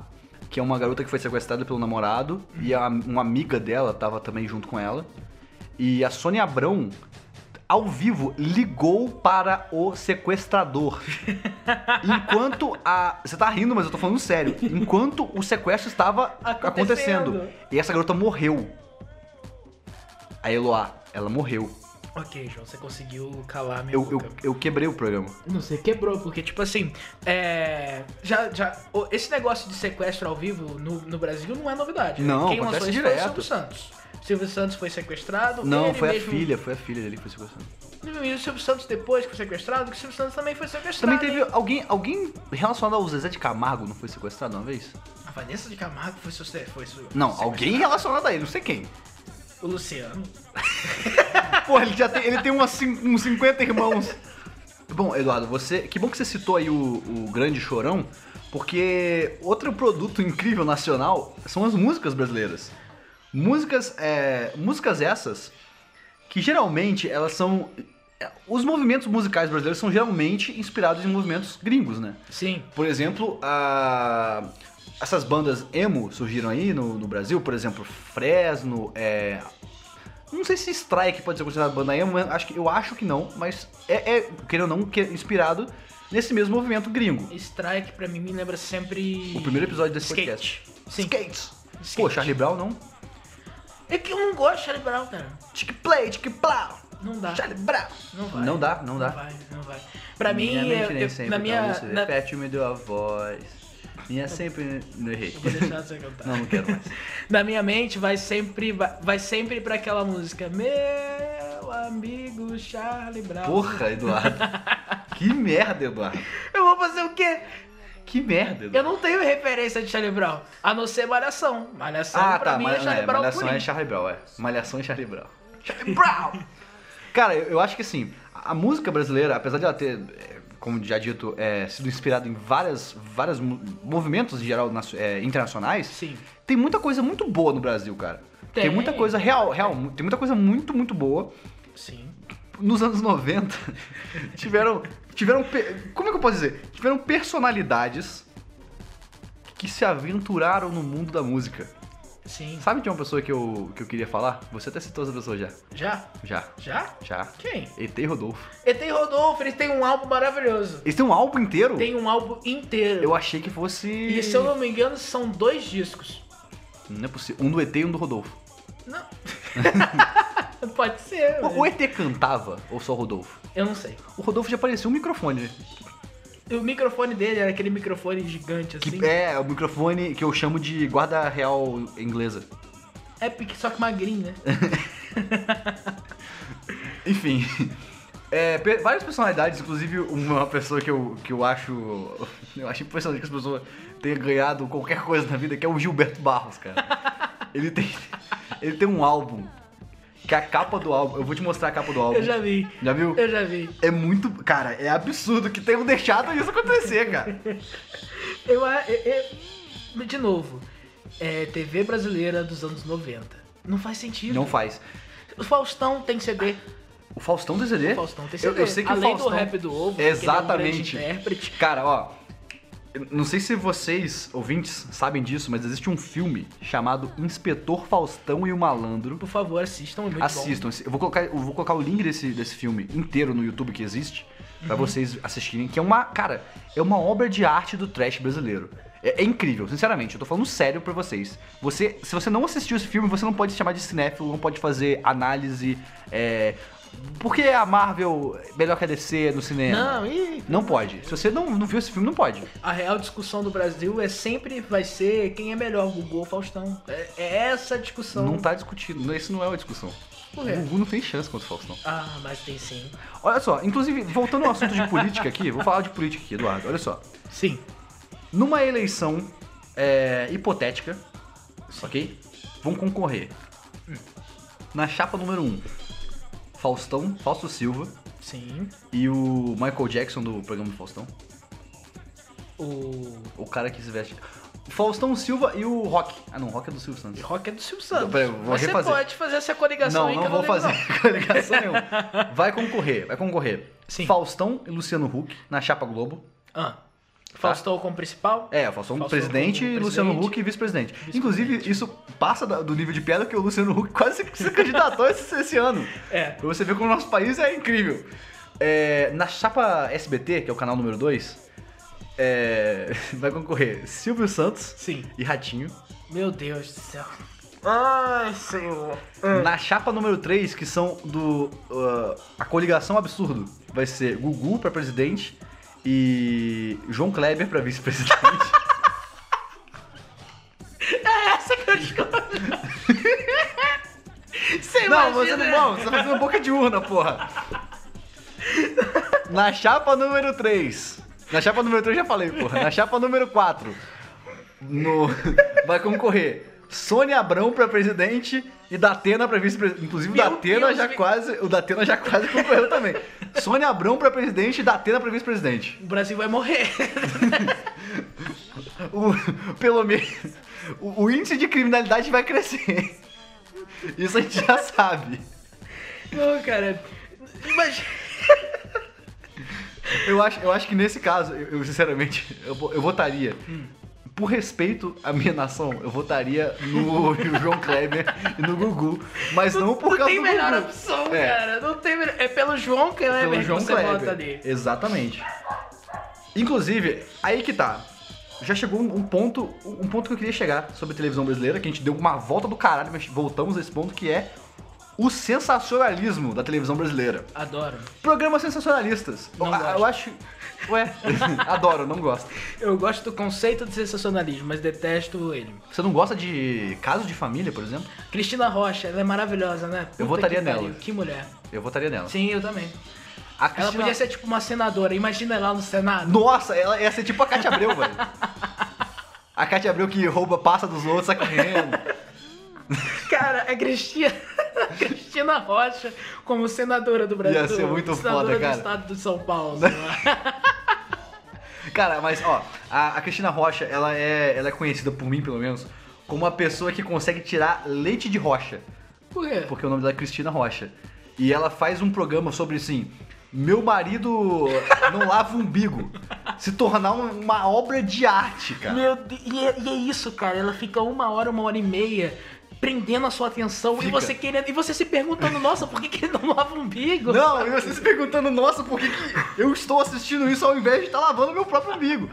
que é uma garota que foi sequestrada pelo namorado e a- uma amiga dela tava também junto com ela. E a Sônia Abrão, ao vivo, ligou para o sequestrador. Enquanto a. Você tá rindo, mas eu tô falando sério. Enquanto o sequestro estava
Acontecendo.
acontecendo. E essa garota morreu. A Eloá, ela morreu.
Ok, João, você conseguiu calar a minha
Eu, eu,
boca.
eu quebrei o programa.
Não sei, quebrou, porque, tipo assim, é. Já, já. o- Esse negócio de sequestro ao vivo no, no Brasil não é novidade. né?
Não,
Quem lançou
acontece
isso foi o
direto.
Silvio Santos. Silvio Santos foi sequestrado.
Não,
ele
foi a
mesmo-
filha, foi a filha dele que foi sequestrada.
E o Silvio Santos depois que foi sequestrado, que o Silvio Santos também foi sequestrado.
Também teve alguém, alguém relacionado ao Zezé de Camargo, não foi sequestrado uma vez?
A Vanessa de Camargo foi seu. Foi seu
Não,
seu-
alguém relacionado a ele, não sei quem.
O Luciano.
Porra, ele já tem, ele tem umas cin- uns 50 irmãos. Bom, Eduardo, você. Que bom que você citou aí o, o Grande Chorão, porque outro produto incrível nacional são as músicas brasileiras. Músicas, é, músicas essas que geralmente elas são. é, Os movimentos musicais brasileiros são geralmente inspirados em movimentos gringos, né?
Sim.
Por exemplo, a- essas bandas emo surgiram aí no, no Brasil, por exemplo, Fresno, é... Não sei se Strike pode ser considerada banda emo, mas acho que, eu acho que não, mas é, é querendo ou não, que é inspirado nesse mesmo movimento gringo.
Strike pra mim me lembra sempre.
O primeiro episódio desse
Skate.
podcast.
Sim.
Skates!
Skate.
Pô, Charlie Brown não?
É que eu não gosto de Charlie Brown, cara.
Tic play, tic plau!
Não dá.
Charlie Brown!
Não vai.
Não dá, não dá.
vai, não vai. Pra mim,
minha mente
eu-
nem
eu-
sempre
na
tá
minha.
lúcida,
na-
Repete, me deu a voz. Minha sempre... Não errei.
Eu vou deixar
(laughs)
você cantar.
Não, não quero mais.
Na minha mente vai sempre, vai, vai sempre pra aquela música. Meu amigo Charlie Brown.
Porra,
(laughs)
Eduardo. que merda, Eduardo.
Eu vou fazer o quê?
Que merda, Eduardo.
Eu não tenho referência de Charlie Brown, a não ser Malhação. Malhação
Ah,
pra
tá.
mim
Mal...
é Charlie
é,
Brown
malhação
purinho.
é Charlie Brown, é. Malhação é Charlie Brown.
Charlie Brown!
(laughs) Cara, eu, eu acho que assim, a a música brasileira, apesar de ela ter, é, como já dito, é, sido inspirada em várias, várias mo- movimentos em geral nas- é, internacionais,
Sim.
tem muita coisa muito boa no Brasil, cara. Tem,
Tem.
muita coisa real, real, mu- tem muita coisa muito, muito boa.
Sim.
Nos anos 90, (laughs) tiveram. tiveram pe- como é que eu posso dizer? Tiveram personalidades que se aventuraram no mundo da música.
Sim.
Sabe de uma pessoa que eu, que eu queria falar? Você até citou essa pessoa já.
Já?
Já.
Já?
Já.
Quem?
E.T. Rodolfo.
E.T. Rodolfo, ele tem um álbum maravilhoso.
Eles têm um álbum inteiro?
Tem um álbum inteiro.
Eu achei que fosse.
E se eu não me engano, são dois discos.
Não é possível. Um do E.T. e um do Rodolfo.
Não.
(laughs)
Pode ser.
O,
mas-
o E.T. cantava ou só o Rodolfo?
Eu não sei.
O Rodolfo já apareceu um microfone, né?
O microfone dele era aquele microfone gigante assim.
Que é o microfone que eu chamo de guarda real inglesa.
É pequ- só que magrinho, né?
É Enfim. (laughs) É, pe- várias personalidades, inclusive uma pessoa que eu, que eu acho. (laughs) Eu acho impressionante que as pessoas tenham ganhado qualquer coisa na vida, que é o Gilberto Barros,
(laughs)
cara. Ele tem. Ele tem um álbum. Que é a capa do álbum. Eu vou te mostrar a capa do álbum.
Eu já vi.
Já viu?
Eu já vi.
É muito. Cara, é absurdo que tenham deixado isso acontecer,
(laughs)
cara.
Eu, a- eu- eu- De novo, é TV brasileira dos anos 90. Não faz sentido.
Não faz.
O Faustão tem CD.
O Faustão do CD?
O Faustão tem
É? eu,
CD.
eu sei que
Além
o Faustão...
do rap do ovo, que ele é um
Exatamente.
grande intérprete.
Cara, ó. eu Não sei se vocês, ouvintes, sabem disso, mas existe um filme chamado Inspetor Faustão e o Malandro.
Por favor, assistam, é muito bom.
Assistam. Eu vou colocar, eu vou colocar o link desse, desse filme inteiro no YouTube que existe pra
Uhum.
vocês assistirem, que é uma, cara, é uma obra de arte do trash brasileiro. É, é incrível, sinceramente, eu tô falando sério pra vocês. Você, se você não assistiu esse filme, você não pode se chamar de cinéfilo, não pode fazer análise, é, Por que a Marvel é melhor que a DC no cinema?
Não, e
Não pode. Se você não, não viu esse filme, não pode.
a real discussão do Brasil é sempre vai ser quem é melhor, Gugu ou Faustão. É, é essa a discussão.
Não tá discutindo. Isso não é uma discussão. O
um. Por quê?
Gugu não tem chance contra o Faustão.
Ah, mas tem sim.
Olha só, inclusive, voltando ao assunto de política aqui, vou falar de política aqui, Eduardo. Olha só.
Sim.
Numa eleição é, hipotética, ok? Vão concorrer. Na chapa número 1, um, Faustão, Fausto Silva
Sim.
e o Michael Jackson do programa do Faustão.
O
O cara que se veste. Faustão Silva e o Rock. Ah não, o Rock é do Silvio Santos.
rock é do Silvio Santos.
Peraí, eu vou
mas
refazer.
você pode fazer essa coligação
Não,
aí que
não
eu
vou
lembro,
fazer (laughs) coligação nenhuma. Vai concorrer, vai concorrer.
Sim.
Faustão e Luciano Huck na chapa Globo.
Ah, Faustão como principal?
É, Faustão,
Faustão
presidente,
como
Luciano
presidente.
Huck vice-presidente. Inclusive, isso passa da- do nível de piada que o Luciano Huck quase se- se candidatou esse, esse ano.
É.
Pra você ver como o nosso país é incrível. É, na chapa SBT, que é o canal número 2, (laughs) vai concorrer Silvio Santos
Sim.
e Ratinho.
Meu Deus do céu. Ai, senhor.
Na chapa número 3, que são do. ah, a coligação absurdo, vai ser Gugu pra presidente e João Kleber pra vice-presidente.
É essa que eu escolho.
(laughs)
Você
Não,
imagina?
você não bom, você tá fazendo boca de urna, porra. Na chapa número 3. Na chapa número 3 já falei, porra. Na chapa número 4. No... (laughs) Vai concorrer Sônia Abrão pra presidente e Datena pra vice-presidente. Inclusive o
Meu
Datena
Deus,
já
me-
quase. O Datena já quase concorreu também. Sônia Abrão pra presidente e Datena pra vice-presidente.
O Brasil vai morrer.
O... Pelo menos. O... o índice de criminalidade vai crescer. Isso a gente já sabe.
Não, cara.
(laughs)
Imagina.
Eu acho, eu acho que nesse caso, eu, eu, sinceramente, eu, vo- eu votaria.
Hum.
Por respeito à minha nação, eu votaria no (laughs) João Kleber e no Gugu. Mas não, por causa
tem
do
melhor
Gugu.
opção,
É.
cara. Não tem melhor. É pelo João Kleber
Pelo
que
João
você
Kleber.
vota ali.
Exatamente. Inclusive, aí que tá. Já chegou um um ponto, um ponto que eu queria chegar sobre a televisão brasileira, que a gente deu uma volta do caralho, mas voltamos a esse ponto que é o sensacionalismo da televisão brasileira.
Adoro.
Programas sensacionalistas.
Não
eu,
gosto.
eu acho. Ué, (laughs) adoro, não gosto.
Eu gosto do conceito de sensacionalismo, mas detesto ele.
Você não gosta de casos de família, por exemplo?
Cristina Rocha, ela é maravilhosa, né? Puta
votaria
que pariu,
nela.
Que mulher.
Eu votaria nela.
Sim, eu também.
A
Ela
Cristina-
podia ser tipo uma senadora. Imagina ela no Senado.
Nossa, ela ia ser tipo a Cátia Abreu,
(laughs)
velho. A Cátia Abreu que rouba passa dos outros, sai correndo.
Cara, a Cristina, (laughs) a Cristina Rocha como senadora do Brasil.
Ia ser muito
senadora
foda, cara.
do estado de São Paulo.
(laughs)
sei lá.
Cara, mas ó, a, a Cristina Rocha, ela é, ela é conhecida por mim, pelo menos, como uma pessoa que consegue tirar leite de rocha.
Por quê?
Porque o nome dela é Cristina Rocha. E ela faz um programa sobre assim. Meu marido não lava o umbigo. Se tornar um- uma obra de arte, cara.
Meu Deus, e, é, e é isso, cara. Ela fica uma hora, uma hora e meia prendendo a sua atenção e
Fica.
você querendo. E você se perguntando, nossa, por que, que ele não lava o umbigo?
Não, e você se perguntando, nossa, por que, que eu estou assistindo isso ao invés de estar lavando meu próprio umbigo?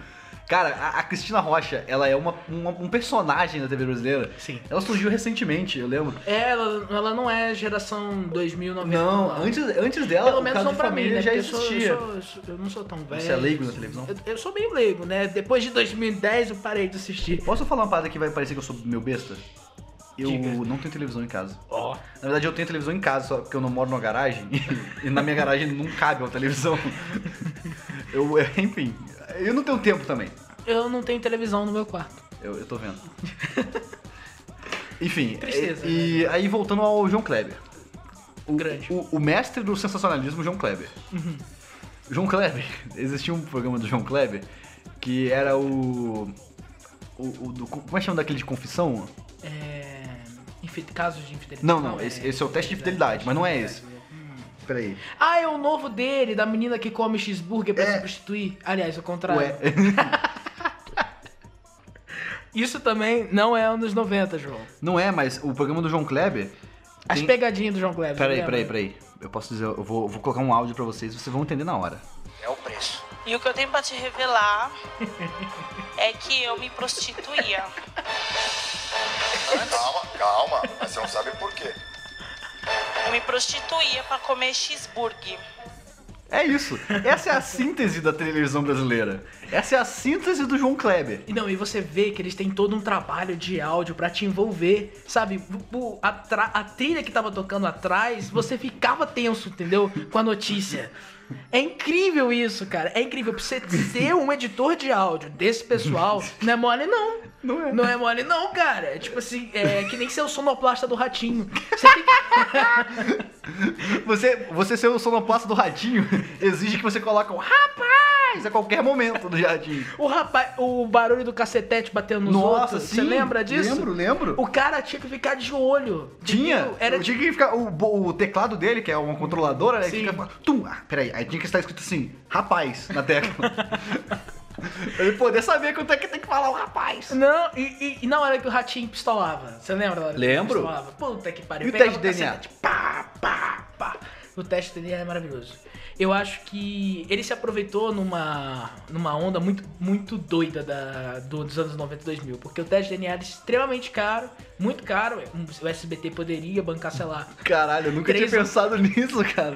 Cara, a, a Cristina Rocha, ela é uma, uma- um personagem da TV brasileira.
Sim.
Ela surgiu recentemente, eu lembro.
É, Ela, ela não é geração 2090.
Não, antes, antes dela,
Pelo
o
menos
caso
não
de
pra mim,
família
né?
já
porque eu sou-
existia.
Eu, sou- eu não sou tão velho.
Você é leigo na televisão?
Eu, eu sou meio leigo, né? Depois de 2010 eu parei de assistir.
Posso falar uma parada que vai parecer que eu sou meu besta? Eu
Diga.
não tenho televisão em casa.
Ó.
Na verdade, eu tenho televisão em casa, só porque eu não moro numa garagem. (laughs) E na minha garagem não cabe uma televisão. (laughs) Eu, é, enfim, eu não tenho tempo também.
Eu não tenho televisão no meu quarto.
Eu, eu tô
(laughs)
vendo. Enfim,
Tristeza, né?
e, e aí voltando ao João Kleber. O,
Grande. Uhum.
O, o mestre do sensacionalismo, João Kleber. João Kleber, (laughs) existia um programa do João Kleber que era o. O, o do, como é que chama daquele de confissão?
É. infi- Casos de infidelidade.
Não, não, esse, esse é o teste de fidelidade, mas não é esse. Peraí.
Ah, é o novo dele, da menina que come cheeseburger pra substituir. Aliás, o contrário.
É. Ué. (laughs)
Isso também não é anos 90, João.
Não é, mas o programa do João Kleber.
As
tem-
pegadinhas do João Kleber.
Peraí,
lembra?
peraí, peraí. Eu posso dizer, eu vou, eu vou colocar um áudio pra vocês, vocês vão entender na hora.
É o preço.
E o que eu tenho pra te revelar é que eu me prostituía.
Calma, calma. Mas você não sabe por quê.
O me prostituía pra comer cheeseburger.
É isso. Essa é a síntese da televisão brasileira. Essa é a síntese do João Kleber.
E não, e você vê que eles têm todo um trabalho de áudio pra te envolver, sabe? O- a, tra- a trilha que tava tocando atrás, você ficava tenso, entendeu? Com a notícia. É incrível isso, cara. É incrível. Pra você ser um editor de áudio desse pessoal, não é mole, não.
Não é.
Não é mole, não, cara. É tipo assim, é que nem ser o sonoplasta do ratinho. Você tem que.
Você, você ser o sonoplasta do ratinho (laughs) exige que você coloque um rapaz a qualquer momento do jardim.
O rapaz, o barulho do cacetete batendo nos outros, você
sim.
lembra disso?
Lembro, lembro.
O cara tinha que ficar de olho.
Tinha,
entendeu? Era
tinha que ficar, o, bo- o teclado dele, que é uma controladora, né?
Sim.
Fica, tum, ah, peraí, aí tinha que estar escrito assim, rapaz, na
(laughs)
tecla. pra ele poder saber quanto é que tem que falar o rapaz.
Não, e, e, e na hora que o ratinho pistolava. Você lembra? da hora que ele
Lembro.
Pistolava? Puta que pariu.
E o
Pegava
teste de DNA?
cacete, Pá, pá, pá. O teste de DNA é maravilhoso. Eu acho que ele se aproveitou numa, numa onda muito, muito doida da, do- dos anos 90 e 2000. Porque o teste de DNA era extremamente caro, muito caro. um O SBT poderia bancar, sei lá,
Caralho, eu nunca
Três- um.
tinha pensado (laughs) nisso, cara.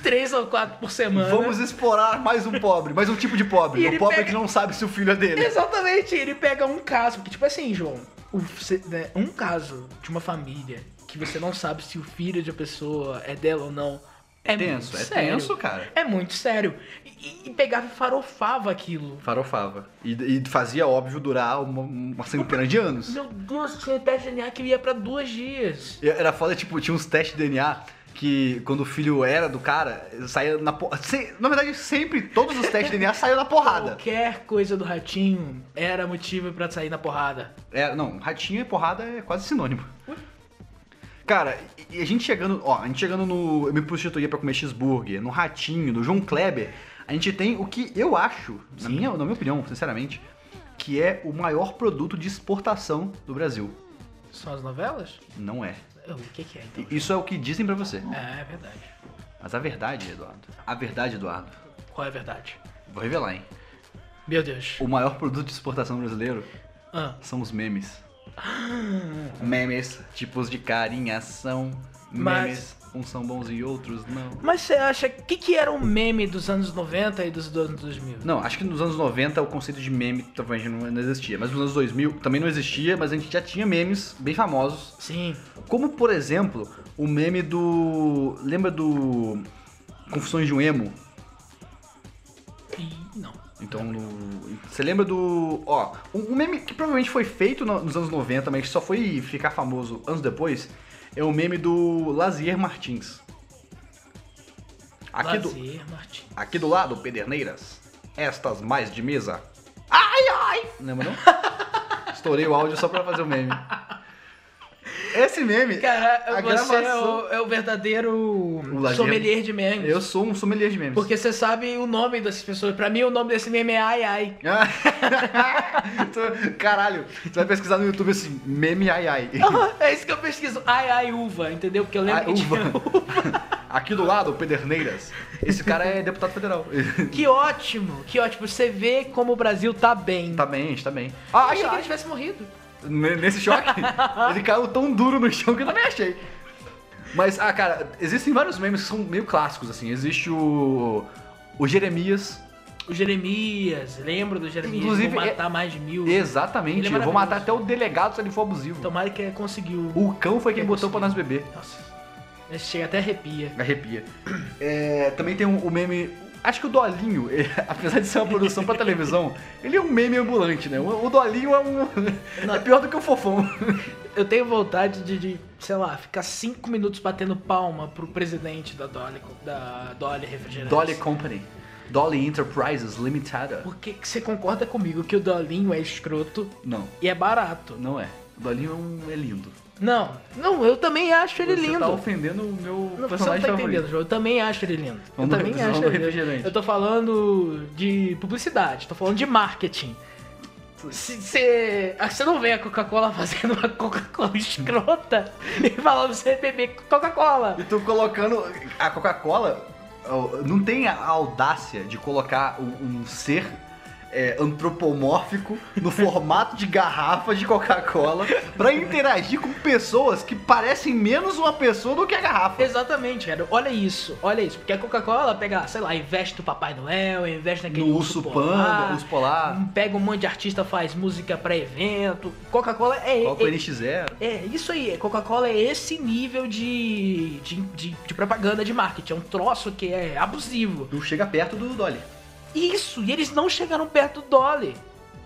3 ou 4 por semana.
Vamos explorar mais um pobre, mais um tipo de
E
pobre.
ele
O pobre
pega-
que não sabe se o filho é dele.
Exatamente, ele pega um caso, porque tipo assim, João, o- você- né, um caso de uma família que você não sabe se o filho de uma pessoa é dela ou não. É
Tenso,
muito
é
sério.
tenso, cara.
É muito sério. E, e pegava e farofava aquilo.
Farofava. E, e fazia, óbvio, durar uma, uma centena de anos.
Meu Deus, tinha teste de DNA que ia pra dois dias.
E Era foda, tipo, tinha uns testes de DNA que quando o filho era do cara, saía na porrada. Na verdade, sempre, todos os testes de DNA saíam na porrada.
Qualquer coisa do ratinho era motivo pra sair na porrada.
É, não, ratinho e porrada é quase sinônimo. Cara, e- e a gente chegando, ó, a gente chegando no Eu me prostituía pra comer cheeseburger, no ratinho, no João Kleber, a gente tem o que eu acho, na minha, na minha opinião, sinceramente, que é o maior produto de exportação do Brasil.
São as novelas?
Não é.
O que, que é então?
E Isso é o que dizem pra você.
É, é verdade.
Mas a verdade, Eduardo. A verdade, Eduardo.
Qual é a verdade?
Vou revelar, hein?
Meu Deus.
O maior produto de exportação brasileiro
Ah.
são os memes. Memes, tipos de carinhação. Memes, uns são bons e outros não.
Mas você acha o que, que era o meme dos anos 90 e dos anos 2000?
Não, acho que nos anos 90 o conceito de meme talvez não não existia. Mas nos anos 2000 também não existia, mas a gente já tinha memes bem famosos.
Sim.
Como, por exemplo, o meme do... Lembra do... Confissões de um Emo?
E não.
Então, no- você lembra do. Ó, um um meme que provavelmente foi feito no- nos anos 90, mas que só foi ficar famoso anos depois, é o meme do Lazier Martins. Aqui do,
Lazer, Martin.
aqui do lado, Pederneiras, estas mais de mesa. Ai, ai! Lembra não?
(laughs)
Estourei o áudio só pra fazer o meme. Esse meme.
Cara,
A
você
gravação-
é, o, é o verdadeiro
O lazer-
sommelier de memes.
Eu sou um sommelier de memes.
Porque você sabe o nome dessas pessoas. Pra mim, o nome desse meme é Ai Ai.
Ah. (laughs) Tô- Caralho, você vai pesquisar no YouTube assim, meme ai ai.
(laughs) é isso que eu pesquiso. Ai Ai Uva, entendeu? Porque eu lembro
Ah,
que tinha...
uva. (laughs) Aqui do lado, Pederneiras. Esse cara é deputado federal.
Que ótimo, que ótimo. Você vê como o Brasil tá bem.
tá bem, está bem.
Eu
Ah,
achei que ele
achei,
tivesse morrido.
N- Nesse
(laughs)
choque, ele caiu tão duro no chão que eu também achei. Mas, ah, cara, existem vários memes que são meio clássicos, assim. Existe o. O Jeremias.
O Jeremias, lembro do Jeremias.
Inclusive,
vou
é-
matar mais de mil. Ele
Exatamente.
é
Eu vou matar
maravilhoso. Então-
até o delegado se ele for abusivo.
Tomara que conseguiu.
o cão foi quem
É
botou pra
possível.
nós beber.
Nossa, esse chega até arrepia.
Arrepia. É, também tem um- o meme. Acho que o Dolinho, (laughs) ele- apesar de ser uma produção pra televisão, ele é um meme ambulante, né? O, o Dolinho é um. (laughs) É pior do que o fofão.
Eu tenho vontade de, de, sei lá, ficar cinco minutos batendo palma pro presidente da Dolly, da Dolly Refrigerantes.
Dolly Company. Dolly Enterprises Limitada.
Porque que você concorda comigo que o Dolinho é escroto
Não,
e é barato.
não é. O Dolinho é, um, é lindo.
Não, não, eu também acho ele é
Você
lindo.
tá ofendendo o meu
Não, você não
personagem
tá entendendo,
favorito.
João. Eu também acho ele lindo. Eu
Vamos
também
do- vamos
acho
do
ele lindo.
refrigerante.
Eu tô falando de publicidade, tô falando de marketing. ah, Você não vê a Coca-Cola fazendo uma Coca-Cola (laughs) escrota e falando pra você beber Coca-Cola.
E tu colocando. A Coca-Cola ó, não tem a audácia de colocar um, um ser é, antropomórfico (laughs) no formato de garrafa de Coca-Cola pra interagir com pessoas que parecem menos uma pessoa do que a garrafa.
Exatamente, cara. Olha isso, olha isso. Porque a Coca-Cola ela pega, sei lá, investe no Papai Noel, investe naquele
No urso panda, urso polar,
Pega um monte de artista, faz música pra evento. Coca-Cola é,
Copa
é,
NX0.
é isso aí. Coca-Cola é esse nível de, de, de, de propaganda, de marketing. É um troço que é abusivo.
Não chega perto do Dolly.
Isso, e eles não chegaram perto do Dolly.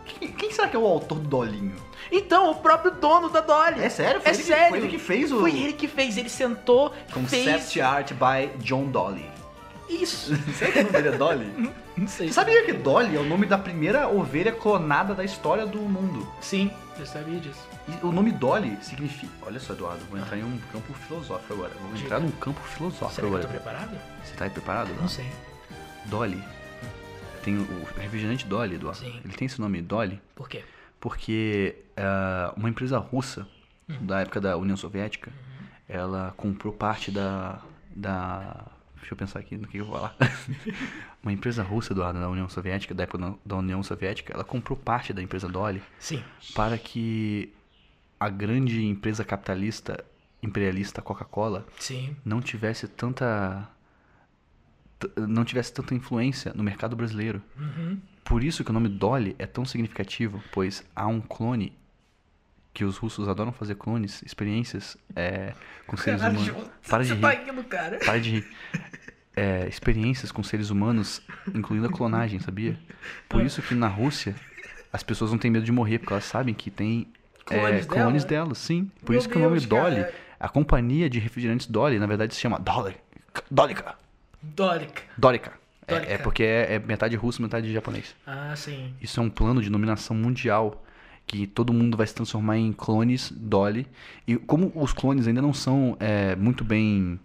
Quem, quem será que é o autor do Dolinho?
Então, o próprio dono da Dolly.
É sério? Foi
É
ele que-
sério.
Foi ele que fez o
Foi ele que fez, ele sentou,
Concept
fez
Art by John Dolly.
isso.
(laughs) Será que o nome dele é (laughs) Dolly?
Não sei.
Você sabia que Dolly é o nome da primeira ovelha clonada da história do mundo?
Sim, eu sabia disso.
E o nome Dolly significa. Olha só, Eduardo, vou entrar em um campo filosófico agora. Vou entrar num campo filosófico
Será que eu tô
agora.
preparado?
Você tá aí preparado?
Não sei.
Dolly. Tem o refrigerante Dolly, Eduardo.
Sim.
Ele tem esse nome Dolly
Por quê?
porque ah, uma empresa russa, da época da União Soviética, ela comprou parte da. da. Deixa eu pensar aqui no que eu vou falar. uma empresa russa, Eduardo, da União Soviética, da época da- da União Soviética, ela comprou parte da empresa Dolly
Sim.
para que a grande empresa capitalista imperialista Coca-Cola
Sim.
não tivesse tanta t- não tivesse tanta influência no mercado brasileiro.
Uhum.
Por isso que o nome Dolly é tão significativo, pois há um clone que os russos adoram fazer clones, experiências é, com seres humanos. Para de
você
rir.
tá indo, cara.
Para de rir. É, experiências com seres humanos, incluindo a clonagem, sabia? Por isso que na Rússia as pessoas não têm medo de morrer, porque elas sabem que tem é,
Clones dela?
clones delas, sim. Por
Meu
isso que o nome
Deus,
Dolly,
cara.
a companhia de refrigerantes Dolly, na verdade se chama Dolly. Dolica.
Dólica.
Dolica. É, é
Dolica.
porque é, é metade russo, metade japonês.
Ah, sim.
Isso é um plano de dominação mundial. Que todo mundo vai se transformar em clones Dolly. E como os clones ainda não são é, muito bem.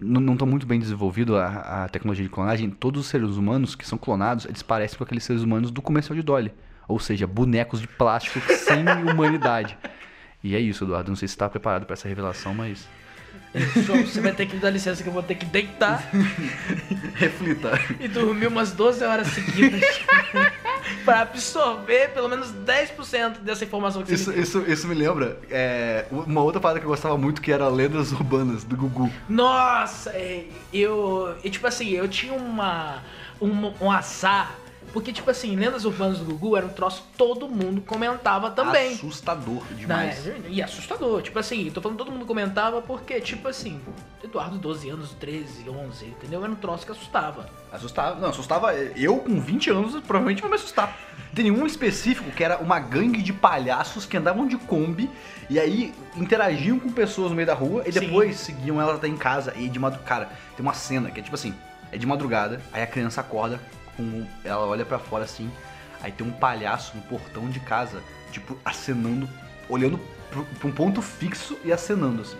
n- Não estão muito bem desenvolvido a, a tecnologia de clonagem, todos os seres humanos que são clonados, eles parecem com aqueles seres humanos do comercial de Dolly. Ou seja, bonecos de plástico (laughs) sem humanidade. E é isso, Eduardo. Não sei se você está preparado para essa revelação, mas.
João, você vai ter que me dar licença que eu vou ter que deitar
(laughs) Reflita.
e dormir umas 12 horas
(laughs)
seguidas pra absorver pelo menos 10% dessa informação que você
Isso,
me deu.
isso, isso me lembra é, uma outra parada que eu gostava muito, que era Lendas Urbanas, do Gugu.
Nossa, é, eu, e Tipo assim, eu tinha uma. Um, um azar. Porque, tipo assim, lendas urbanas do Gugu era um troço que todo mundo comentava também.
Assustador demais.
Né? E assustador. Tipo assim, tô falando todo mundo comentava porque, tipo assim, Eduardo, 12 anos, 13, 11, entendeu? Era um troço que assustava.
Assustava, não, assustava. eh, Eu com 20 anos provavelmente vou me assustar. Tem um específico que era uma gangue de palhaços que andavam de Kombi e aí interagiam com pessoas no meio da rua e
Sim.
depois seguiam elas até em casa. E de madrugada. Cara, tem uma cena que é tipo assim: é de madrugada, aí a criança acorda, com, ela olha pra fora assim, aí tem um palhaço no portão de casa, tipo, acenando, olhando pro- pra um ponto fixo e acenando assim.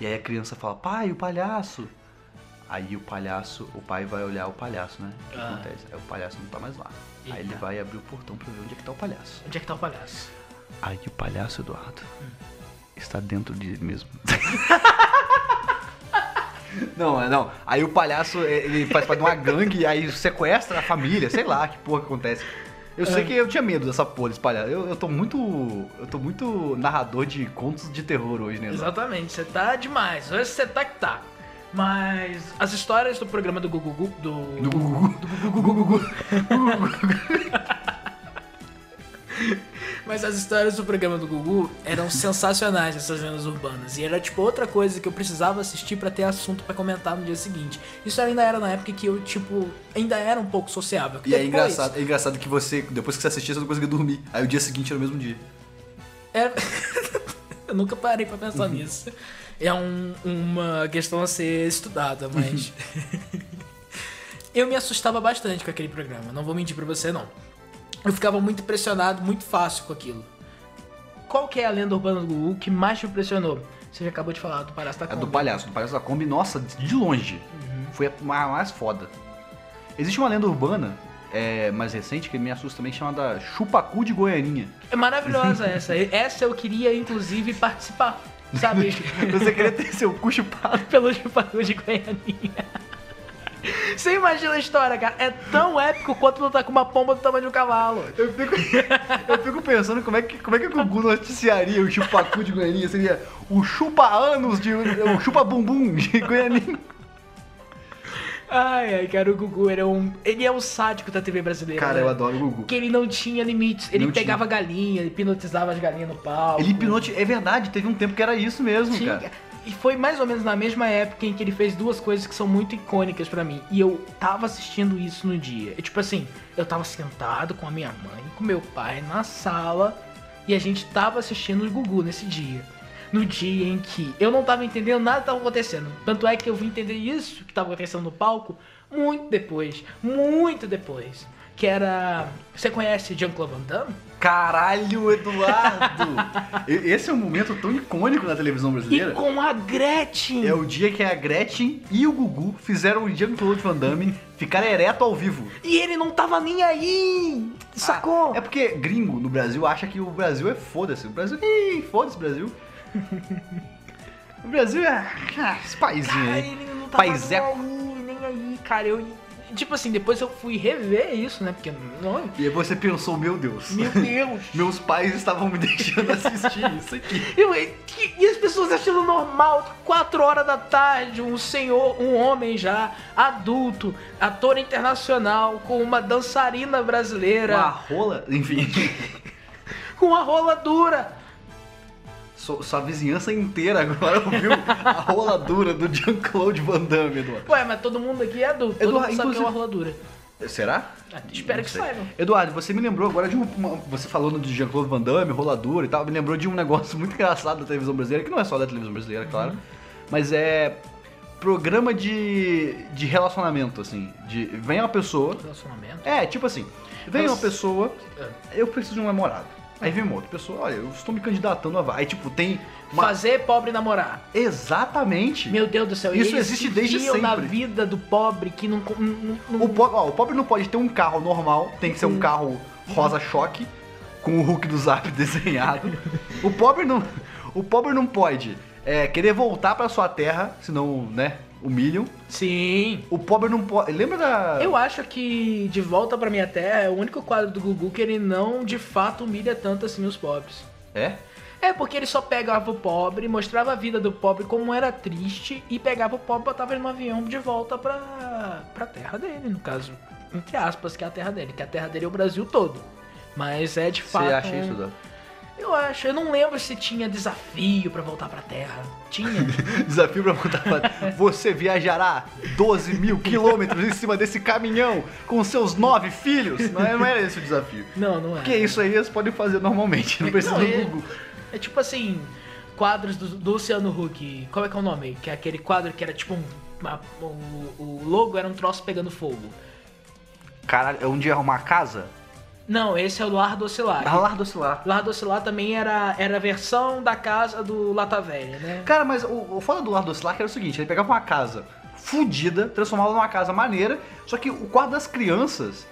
E aí a criança fala, pai, o palhaço. Aí o palhaço, o pai vai olhar o palhaço, né? O que
Ah.
acontece? Aí o palhaço não tá mais lá. Aí ele
Eita.
vai abrir o portão pra ver onde é que tá o palhaço.
Onde é que tá o palhaço?
Aí o palhaço, Eduardo, está dentro de ele mesmo. (laughs) Não, é, não. Aí o palhaço, é, ele faz parte de uma gangue, e aí sequestra a família, sei lá que porra que acontece. Eu
É.
sei que eu tinha medo dessa porra desse palhaço. Eu, eu tô muito. Eu tô muito narrador de contos de terror hoje, né? Eduardo?
Exatamente, você tá demais. Hoje você tá que tá. Mas as histórias do programa do Gugu. Gu- Do,
Do Gugu.
do Gugu Gugu. Mas as histórias do programa do Gugu eram sensacionais essas lendas urbanas. E era tipo outra coisa que eu precisava assistir pra ter assunto pra comentar no dia seguinte. Isso ainda era na época que eu, tipo, ainda era um pouco sociável.
E é
Depois-
engraçado, é engraçado que você, depois que você assistia, você não conseguia dormir. Aí o dia seguinte era o mesmo dia.
É... Eu nunca parei pra pensar nisso. É um- uma questão a ser estudada, mas. (laughs) eu me assustava bastante com aquele programa, não vou mentir pra você, não. Eu ficava muito impressionado, muito fácil com aquilo. Qual que é a lenda urbana do Gugu que mais te impressionou? Você já acabou de falar do Parasta
É do
Combi.
palhaço, do palhaço da Kombi, nossa, de longe. Foi a ma- mais foda. Existe uma lenda urbana é, mais recente que me assusta também, chamada Chupacu de Goianinha.
É maravilhosa essa. (laughs) Essa eu queria, inclusive, participar. Sabe?
(laughs) Você queria ter seu cu chupado?
pelo chupador de Goianinha. Você imagina a história, cara. É tão épico quanto lutar com uma pomba do tamanho de um cavalo.
Eu fico, (laughs) eu fico pensando como é que como é que o Gugu noticiaria o chupacu de Goianinha. Seria o chupa-anos de. O chupa-bumbum de Goianinha.
Ai, ai, cara, o Gugu ele é um. Ele é um sádico da TV brasileira.
Cara,
né?
eu adoro o Gugu.
Que ele não tinha limites. Ele
Não tinha.
pegava galinha, ele hipnotizava as galinhas no palco.
Ele hipnote. É verdade, teve um tempo que era isso mesmo,
Tinha-
cara.
E foi mais ou menos na mesma época em que ele fez duas coisas que são muito icônicas pra mim. E eu tava assistindo isso no dia. E, tipo assim, eu tava sentado com a minha mãe, com meu pai na sala. E a gente tava assistindo o Gugu nesse dia. No dia em que eu não tava entendendo nada que tava acontecendo. Tanto é que eu vim entender isso que tava acontecendo no palco muito depois. Muito depois. Que era. Você conhece Jean-Claude Van Damme?
Caralho, Eduardo! E- Esse é um momento tão icônico na televisão
E
brasileira.
com a Gretchen!
É o dia que a Gretchen e o Gugu fizeram um o Jean-Claude Van Damme ficar ereto ao vivo.
E ele não tava nem aí! Sacou?
É porque gringo no Brasil acha que o Brasil é foda-se. O Brasil. Ih, foda-se, Brasil. o Brasil é. Ah, esse paizinho é
Cara,
aí.
ele não tava
Paiseco.
nem aí, nem aí, cara. Eu, tipo assim, depois eu fui rever isso, né? Porque não.
E aí você pensou, meu Deus. (laughs)
Meu Deus!
Meus pais estavam me (laughs) deixando assistir isso aqui.
Eu- e, e as pessoas achando normal, 4 horas da tarde, um senhor, um homem já, adulto, ator internacional, com uma dançarina brasileira,
Uma rola, enfim. (laughs)
com uma rola dura.
Sua, sua vizinhança inteira agora ouviu a rola dura do Jean-Claude Van Damme, Eduardo.
Ué, mas todo mundo aqui é adulto, todo
Eduardo,
mundo sabe que é uma
inclusive-
rola dura.
Será?
Ah, Espero
Não
que
sei.
saibam.
Eduardo, você me lembrou agora de uma. uma- Você falando de Jean-Claude Van Damme, roladura e tal, me lembrou de um negócio (laughs) muito engraçado da televisão brasileira, que não é só da televisão
Uhum.
brasileira, claro. Mas é. Programa de. de relacionamento, assim. De, vem uma pessoa.
Relacionamento.
É, tipo assim, vem
Mas-
uma pessoa,
Ah.
eu preciso de um namorado. Aí vem uma outra pessoa, olha, eu estou me candidatando a. va- Aí, tipo, tem. Uma...
Fazer pobre namorar.
Exatamente.
Meu Deus do céu, e
Isso
eles
existe
se
desde
enfiam na
sempre.
vida do pobre que não. não- não- não-
O, po- ó, o pobre não pode ter um carro normal, tem que ser um carro rosa choque, com o Hulk do Zap (laughs) desenhado. O pobre não, o pobre não pode é, querer voltar pra sua terra, senão, né, humilham.
Sim.
O pobre não pode... Lembra da...
Eu acho que De Volta pra Minha Terra é o único quadro do Gugu que ele não de fato humilha tanto assim os pobres.
É?
É porque ele só pegava o pobre, mostrava a vida do pobre como era triste e pegava o pobre e botava ele no avião de volta pra, pra terra dele, no caso. Entre aspas, que é a terra dele, que a terra dele é o Brasil todo. Mas é de
Você
fato.
acha
um-
isso, Dan?
Eu acho. Eu não lembro se tinha desafio pra voltar pra terra.
(laughs)
Tinha.
Desafio pra voltar pra...
(laughs)
Você viajará 12 mil quilômetros em cima desse caminhão com seus nove filhos? Não, é- não era esse o desafio.
Não, não é.
Porque isso aí eles podem fazer normalmente, não precisa
Não,
do
é-
Google.
É tipo assim, quadros do, do Luciano Huck. Qual é que é o nome? Que é aquele quadro que era tipo um. uma- o, o logo era um troço pegando fogo.
Caralho, é um dia arrumar casa?
Não, esse é o Lar do Ocilar.
Alar do Cilar.
Lar do Ocilar também era, era a versão da casa do Lata Velha, né?
Cara, mas o, o foda do lar do Slack era o seguinte: ele pegava uma casa fudida, transformava numa casa maneira, só que o quarto das crianças.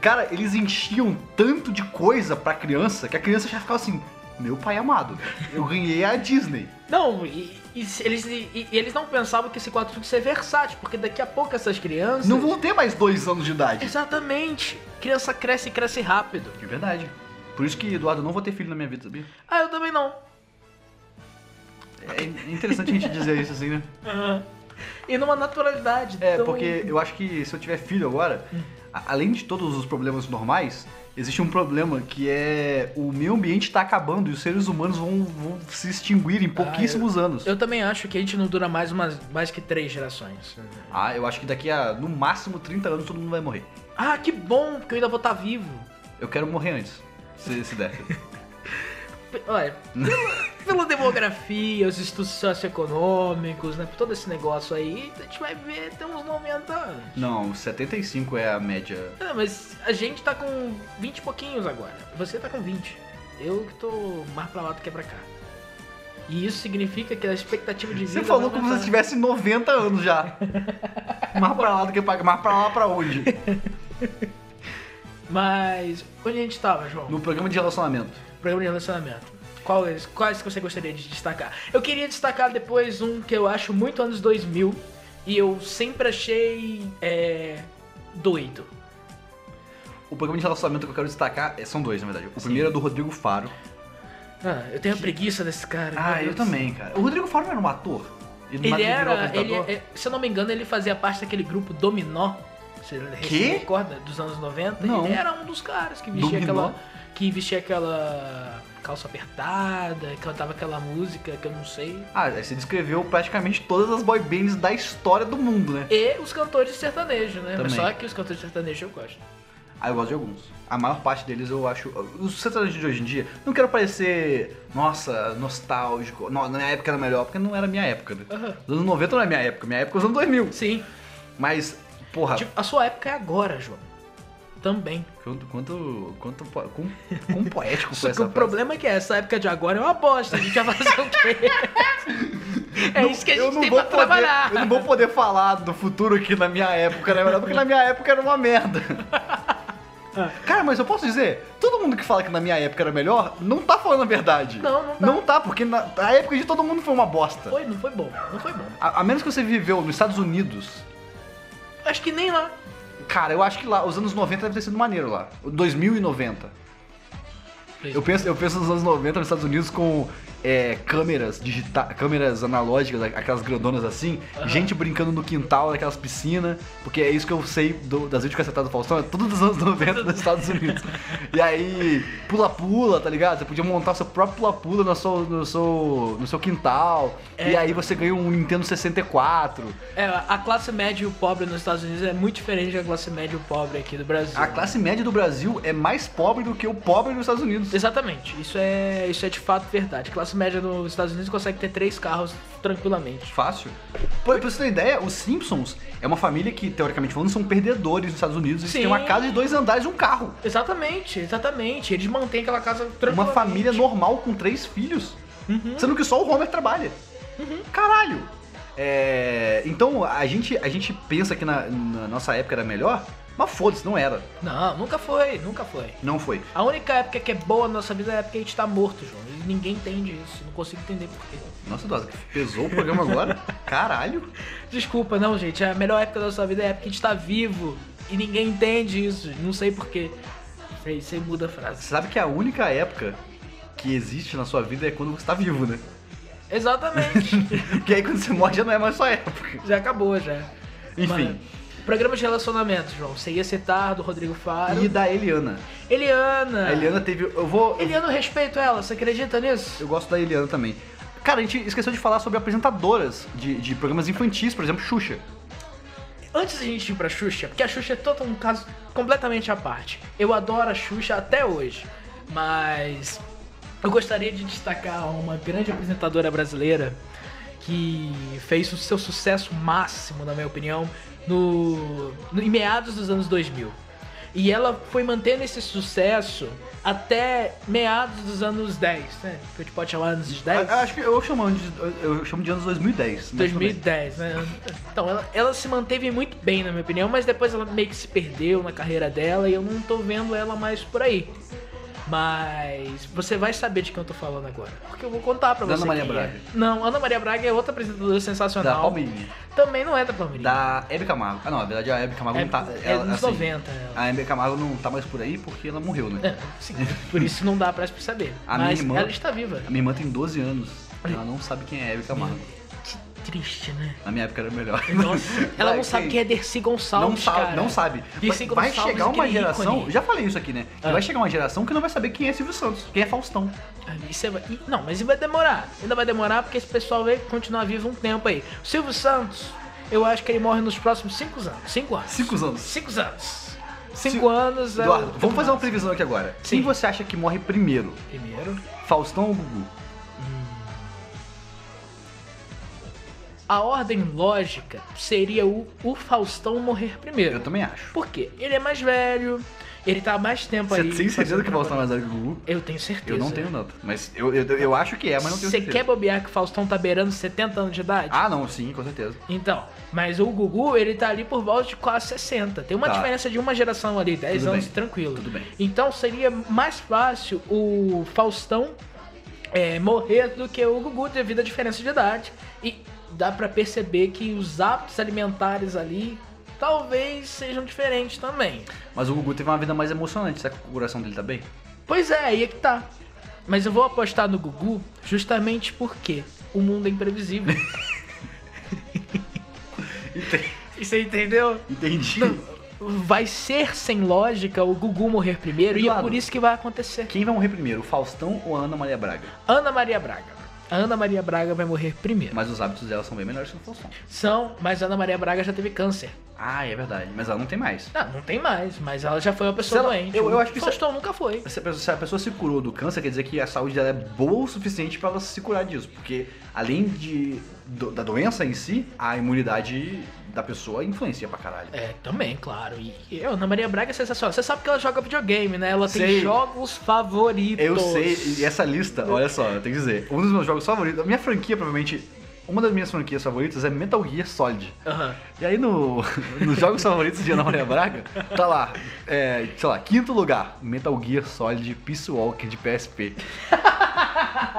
Cara, eles enchiam tanto de coisa pra criança que a criança já ficava assim: Meu pai amado, eu ganhei a Disney.
Não, e, e se- eles, e- e eles não pensavam que esse quadro tinha que ser versátil, porque daqui a pouco essas crianças.
Não vão ter mais dois anos de idade.
Exatamente. Criança cresce e cresce rápido.
É verdade. Por isso que, Eduardo, eu não vou ter filho na minha vida, sabia?
Ah, eu também não.
É interessante (laughs) a gente dizer isso assim, né?
E numa naturalidade. então
É,
tão-
porque eu acho que se eu tiver filho agora, a- além de todos os problemas normais, existe um problema que é o meio ambiente tá acabando e os seres humanos vão, vão se extinguir em pouquíssimos anos.
Eu também acho que a gente não dura mais, umas, mais que três gerações.
Ah, eu acho que daqui a no máximo 30 anos todo mundo vai morrer.
Ah, que bom, porque eu ainda vou estar vivo.
Eu quero morrer antes, se, se der.
P- Olha,
(laughs)
pela, pela demografia, os estudos socioeconômicos, né? por Todo esse negócio aí, a gente vai ver até uns 90 anos.
Não, 75 é a média.
Ah, mas a gente tá com 20 e pouquinhos agora. Você tá com 20. Eu que tô mais pra lá do que pra cá. E isso significa que a expectativa de vida.
Você falou
vai
como se você
aumentar.
tivesse 90 anos já. mais pra lá do que pra Mais pra lá pra onde?
Mas. Onde a gente tava, João?
No programa de relacionamento.
programa de relacionamento. Quais, quais que você gostaria de destacar? Eu queria destacar depois um que eu acho muito anos 2000, e eu sempre achei é, doido.
O programa de relacionamento que eu quero destacar é- são dois, na verdade. O primeiro é do Rodrigo Faro.
Ah, eu tenho preguiça desse cara.
Ah,
meu Deus.
cara. O Rodrigo Faro não era um ator?
Ele era, ele,
é.
é- se eu não me engano, ele fazia parte daquele grupo Dominó. Você
Quê?
se recorda dos anos 90?
Não.
Ele era um dos caras que vestia
Dominó?
aquela que vestia aquela calça apertada, cantava aquela música que eu não sei.
Ah, aí você descreveu praticamente todas as boy bands da história do mundo, né?
E os cantores de sertanejo, né? Mas
Também.
só que os cantores de sertanejo eu gosto.
Ah, eu gosto de alguns. A maior parte deles eu acho. Os sertanejos de hoje em dia, não quero parecer, nossa, nostálgico. Não, na minha época era melhor, porque não era minha época, né?
Aham.
Os anos 90 não é minha época, minha época é os anos 2000.
Sim.
Mas, porra,
Tipo, a sua época é agora, João. Também.
quanto. quanto. quanto. po- quão, quão poético foi
Só
essa
que o
frase.
problema é que essa época de agora é uma bosta. A gente vai fazer o quê?
(laughs)
É isso que a
Eu
gente
não
tem
vou
pra
poder-
trabalhar.
Eu não vou poder falar do futuro aqui na minha época, né? Porque na minha época era uma merda. Cara, mas eu posso dizer, todo mundo que fala que na minha época era melhor, não tá falando a verdade.
Não, não tá.
Não tá, porque na, a época de todo mundo foi uma bosta.
Foi, não foi bom. Não foi bom.
A, a menos que você viveu nos Estados Unidos,
Acho que nem lá.
cara, eu acho que lá, os anos 90 deve ter sido maneiro lá. O 2090. Eu penso, eu penso nos anos 90 nos Estados Unidos com é, câmeras digitais, câmeras analógicas, aquelas grandonas assim, gente brincando no quintal, naquelas piscinas, porque é isso que eu sei do, das videocassetadas do Faustão, é tudo dos anos 90 nos Estados Unidos. E aí, pula-pula, tá ligado? Você podia montar seu próprio pula-pula no seu, no, seu, no seu quintal, e aí você ganhou um Nintendo 64.
É, a classe média e o pobre nos Estados Unidos é muito diferente da classe média e o pobre aqui do Brasil.
A classe média do Brasil é mais pobre do que o pobre nos Estados Unidos.
Exatamente. Isso é, isso é de fato verdade. A classe média nos Estados Unidos consegue ter três carros tranquilamente.
Fácil. Pô, pra você ter uma ideia, os Simpsons é uma família que, teoricamente falando, são perdedores nos Estados Unidos. Eles
Sim.
têm uma casa de dois andares e um carro.
Exatamente, exatamente. Eles mantêm aquela casa tranquila.
Uma família normal com três filhos. Sendo que só o Homer trabalha. Caralho! É, Então, a gente, a gente pensa que na, na nossa época era melhor, mas foda-se, não era.
Não, nunca foi, nunca foi.
Não foi.
A única época que é boa na nossa vida é a época que a gente tá morto, João. E ninguém entende isso. Não consigo entender por quê.
Nossa, Dosa, pesou o programa agora? Caralho!
Desculpa, não, gente. A melhor época da sua vida é a época que a gente tá vivo. E ninguém entende isso. Não sei porquê. Sei, sei muda a frase.
Você sabe que a única época que existe na sua vida é quando você tá vivo, né? (laughs)
Exatamente.
Porque aí quando você morre já não é mais sua época.
já acabou, já.
Enfim.
programa de relacionamento, João. Você ia citar do Rodrigo Faro.
E da Eliana.
Eliana.
A Eliana teve. Eu vou. eu-
Eliana, eu respeito ela. Você acredita nisso?
Eu gosto da Eliana também. Cara, a gente esqueceu de falar sobre apresentadoras de, de programas infantis, por exemplo, Xuxa.
Antes da gente ir pra Xuxa, porque a Xuxa é todo um caso completamente à parte. Eu adoro a Xuxa até hoje, mas eu gostaria de destacar uma grande apresentadora brasileira que fez o seu sucesso máximo, na minha opinião, no, no- em meados dos anos 2000. E ela foi mantendo esse sucesso até meados dos anos 10, né? Que a gente pode chamar anos 10.
Eu acho que eu chamo de, eu chamo de anos 2010. mas
2010, né? Então, ela, ela se manteve muito bem, na minha opinião, mas depois ela meio que se perdeu na carreira dela e eu não tô vendo ela mais por aí. Mas você vai saber de quem eu tô falando agora. Porque eu vou contar pra
Da
você.
Ana Maria
quem
Braga.
É. Não, Ana Maria Braga é outra apresentadora
tudo bem. Da
sensacional.
Palmeirinha.
Também não é da Palmeirinha.
Da Hebe Camargo. Ah, não, na verdade a Hebe Camargo
é,
não tá.
é
ela,
dos
assim,
90. ela.
A Hebe Camargo não tá mais por aí porque ela morreu, né?
É, sim, por isso não dá pra saber.
A minha
mas
irmã-
ela está viva.
A minha irmã tem 12 anos. Ela não sabe quem é a Hebe Camargo.
Que triste, né?
Na minha época era melhor.
(laughs) Nossa, ela
Vai,
não sabe quem é Dercy Gonçalves,
não sabe,
cara. assim,
não sabe.
Dirceu
Vai
Gonçalves,
chegar uma
aquele
geração,
ícone.
já falei isso aqui, né? Que
Ah.
Vai chegar uma geração que não vai saber quem é Silvio Santos, quem é Faustão.
Ah, Isso é- e- não, mas vai demorar. Ainda vai demorar porque esse pessoal vai continuar vivo um tempo aí. O Silvio Santos, eu acho que ele morre nos próximos 5 anos. 5 anos.
Cinco anos.
5 anos.
Sil-
5 anos é. o-
Eduardo, vamos fazer um- uma previsão aqui agora.
Sim.
Quem você acha que morre primeiro?
Primeiro.
Faustão ou Gugu?
A ordem lógica seria o, o Faustão morrer primeiro.
Eu também acho.
Por quê? Ele é mais velho, ele tá há mais tempo
Você
aí.
tem certeza
fazendo
que o Faustão é
trabalho.
mais velho que o Gugu?
Eu tenho certeza.
Eu não tenho nada. Mas eu, eu, eu acho que é, mas não tenho
Você
certeza.
quer bobear que o Faustão tá beirando 70 anos de idade?
Ah, não, sim, com certeza.
Então, mas o Gugu, ele tá ali por volta de quase 60. Tem uma
Tá.
diferença de uma geração ali, 10
Tudo
anos
bem,
tranquilo.
tudo bem.
Então seria mais fácil o Faustão é, morrer do que o Gugu devido à diferença de idade. E dá pra perceber que os hábitos alimentares ali talvez sejam diferentes também.
Mas o Gugu teve uma vida mais emocionante. Será que o coração dele tá bem?
Pois é, aí é que tá. Mas eu vou apostar no Gugu justamente porque o mundo
(laughs)
é imprevisível. E Você entendeu?
Entendi.
Vai ser sem lógica o Gugu morrer primeiro e é
Claro.
por isso que vai acontecer.
Quem vai morrer primeiro, o Faustão ou a Ana Maria Braga?
Ana Maria Braga. A Ana Maria Braga vai morrer primeiro.
Mas os hábitos dela são bem melhores que o Faustão.
São, mas a Ana Maria Braga já teve câncer.
Ah, é verdade. Mas ela não tem mais.
Não, não tem mais, mas ela já foi uma pessoa
Se ela-
doente.
eu- eu acho que isso- é-
Faustão nunca foi.
Se a, pessoa, se a pessoa se curou do câncer, quer dizer que a saúde dela é boa o suficiente pra ela se curar disso. Porque além de, do- da doença em si, a imunidade da pessoa influencia pra caralho.
É, também, claro. E e a Ana Maria Braga é sensacional. Você sabe que ela joga videogame, né? Ela tem
Sei.
jogos favoritos.
Eu sei, e é- essa lista, olha só, eu tenho que dizer, um dos meus jogos favoritos, a minha franquia provavelmente, uma das minhas franquias favoritas é Metal Gear Solid.
Aham.
E aí no, (laughs) nos jogos favoritos de Ana Maria Braga, tá lá, é, sei lá, quinto lugar, Metal Gear Solid Peace Walker de PSP.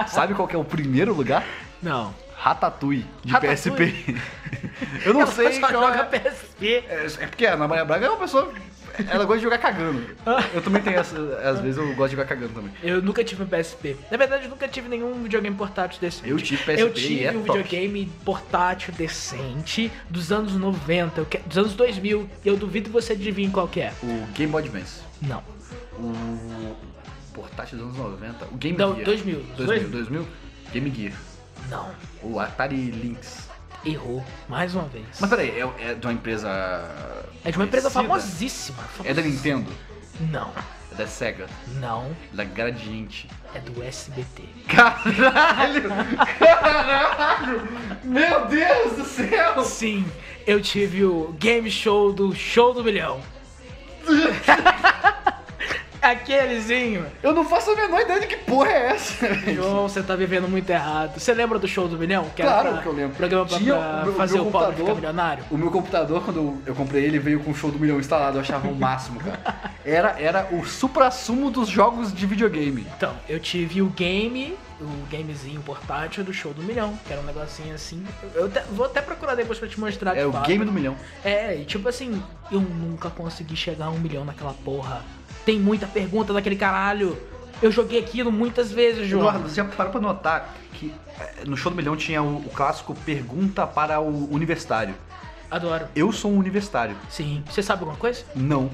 Sabe qual que é o primeiro lugar?
Não.
Ratatouille de
Ratatouille?
PSP. Eu não
ela
sei
só
qual
joga
é.
PSP.
É, é porque a Ana Maria Braga é uma pessoa. Ela gosta de jogar cagando. Eu também tenho essa. Às vezes eu gosto de jogar cagando também.
Eu nunca tive um PSP. Na verdade, eu nunca tive nenhum videogame portátil desse.
Eu tive PSP
Eu
e
tive
é
um
top.
videogame portátil decente dos anos 90, eu que- dos anos 2000. Eu duvido você adivinhe qual que é.
O Game Boy Advance.
Não.
O portátil dos anos 90. O Game
Não,
Gear.
2000.
2000. 2000. Game Gear.
Não.
O Atari Lynx.
Errou. Mais uma vez.
Mas peraí, é, é de uma empresa.
é de uma
conhecida?
empresa famosíssima.
É da Nintendo?
Não.
É da Sega?
Não.
Da Gradiente?
É do SBT.
Caralho! Caralho! Meu Deus do céu!
Sim, eu tive o game show do Show
(laughs)
do Milhão. (laughs) Aquelezinho.
Eu não faço a menor ideia de que porra é essa.
João, você tá vivendo muito errado. Você lembra do show do milhão? Que
Claro
pra-
que eu lembro.
Programa pra,
Tinha
pra
o meu-
fazer
meu
o pobre
computador.
ficar milionário.
O meu computador, quando eu- eu comprei ele, veio com o show do milhão instalado, eu achava o máximo, cara. Era, era o supra-sumo dos jogos de videogame.
Então, eu tive o game, o gamezinho portátil do show do milhão, que era um negocinho assim. Eu te- vou até procurar depois pra te mostrar.
É
de
o
fato.
game do milhão.
É, e tipo assim, eu nunca consegui chegar a um milhão naquela porra. Tem muita pergunta daquele caralho. Eu joguei aquilo muitas vezes, João.
Eduardo, você já parou pra notar que eh, no show do milhão tinha o, o clássico Pergunta para o Universitário.
Adoro.
Eu sou um universitário.
Sim. Você sabe alguma coisa?
Não.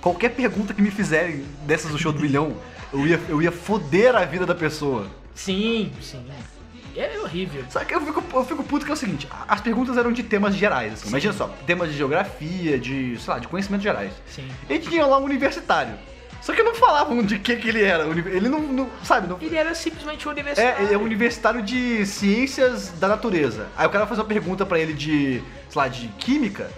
Qualquer pergunta que me fizerem dessas do show do milhão, eu ia, eu ia foder a vida da pessoa.
Sim, sim. É horrível.
Só que eu fico, eu fico puto que é o seguinte, a- as perguntas eram de temas gerais, assim. Imagina só, temas de geografia, de, sei lá, de conhecimentos gerais.
Sim.
E tinha lá um universitário. Só que não falavam de que que ele era. Uni- Ele não, não- sabe, não...
Ele era simplesmente um
É,
universitário.
ele é um universitário de ciências da natureza. Aí o cara vai fazer uma pergunta pra ele de, sei lá, de química,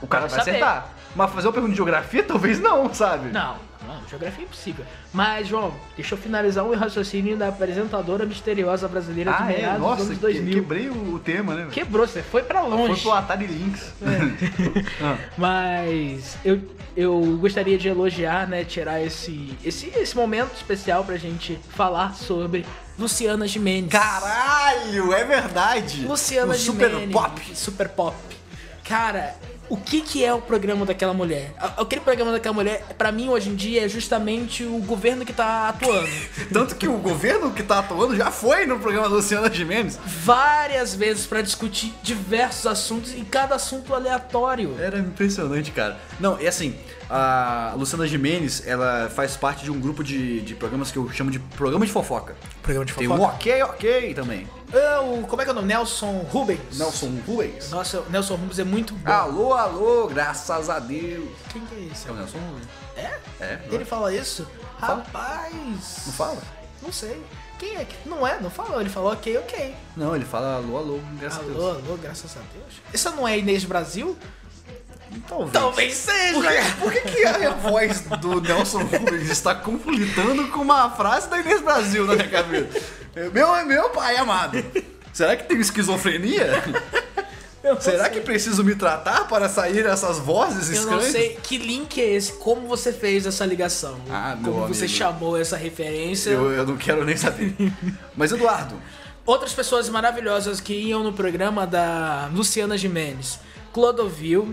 o cara
Vai
vai
saber.
acertar. Mas fazer uma pergunta de geografia, talvez não, sabe?
Não, não, geografia é impossível. Mas, João, deixa eu finalizar um raciocínio da apresentadora misteriosa brasileira de
Ah, é?
meados dos
Nossa,
anos
que-
2000.
quebrei o, o tema, né? velho?
Quebrou, você foi pra
Foi
longe.
pro Atari Lynx.
É.
(laughs)
Ah.
Mas eu, eu gostaria de elogiar, né? Tirar esse, esse, esse momento especial pra gente falar sobre Luciana Gimenez.
Caralho, é verdade.
Luciana
O Super
Gimenez,
Pop.
Super Pop. Cara, o que que é o programa daquela mulher? A- Aquele programa daquela mulher, pra mim hoje em dia, é justamente o governo que tá atuando.
Tanto que o governo que tá atuando já foi no programa da Luciana Gimenez.
Várias vezes pra discutir diversos assuntos e cada assunto aleatório.
Era impressionante, cara. Não, é assim, a Luciana Gimenez, ela faz parte de um grupo de, de programas que eu chamo de programa de fofoca.
Programa de
Tem um ok, ok também.
É o, como é que é o nome? Nelson Rubens.
Nelson Ruiz.
Nossa, o Nelson Rubens é muito bom.
Alô, alô, graças a Deus.
Quem que é esse?
É o Nelson Ruiz.
É?
É,
Ele fala isso?
Fala.
Rapaz.
não fala?
Não sei. Quem é que. Não é, não falou. Ele falou ok, ok.
Não, ele fala alô, alô, graças a
Alô,
Deus.
alô, graças a Deus. Isso não é Inês Brasil?
Talvez.
Talvez seja!
Por que, por que que a voz do Nelson Rubens está conflitando com uma frase da Inês Brasil na minha
É,
cabeça? Meu, meu pai amado. Será que tem esquizofrenia?
Eu Eu não
Será
sei.
que preciso me tratar para sair essas vozes
Eu não
estranhas?
sei que link é esse, como você fez essa ligação,
Ah, meu
como você
amigo.
chamou essa referência.
Eu, eu não quero nem saber. Mas Eduardo,
Outras pessoas maravilhosas que iam no programa da Luciana Jimenez, Clodovil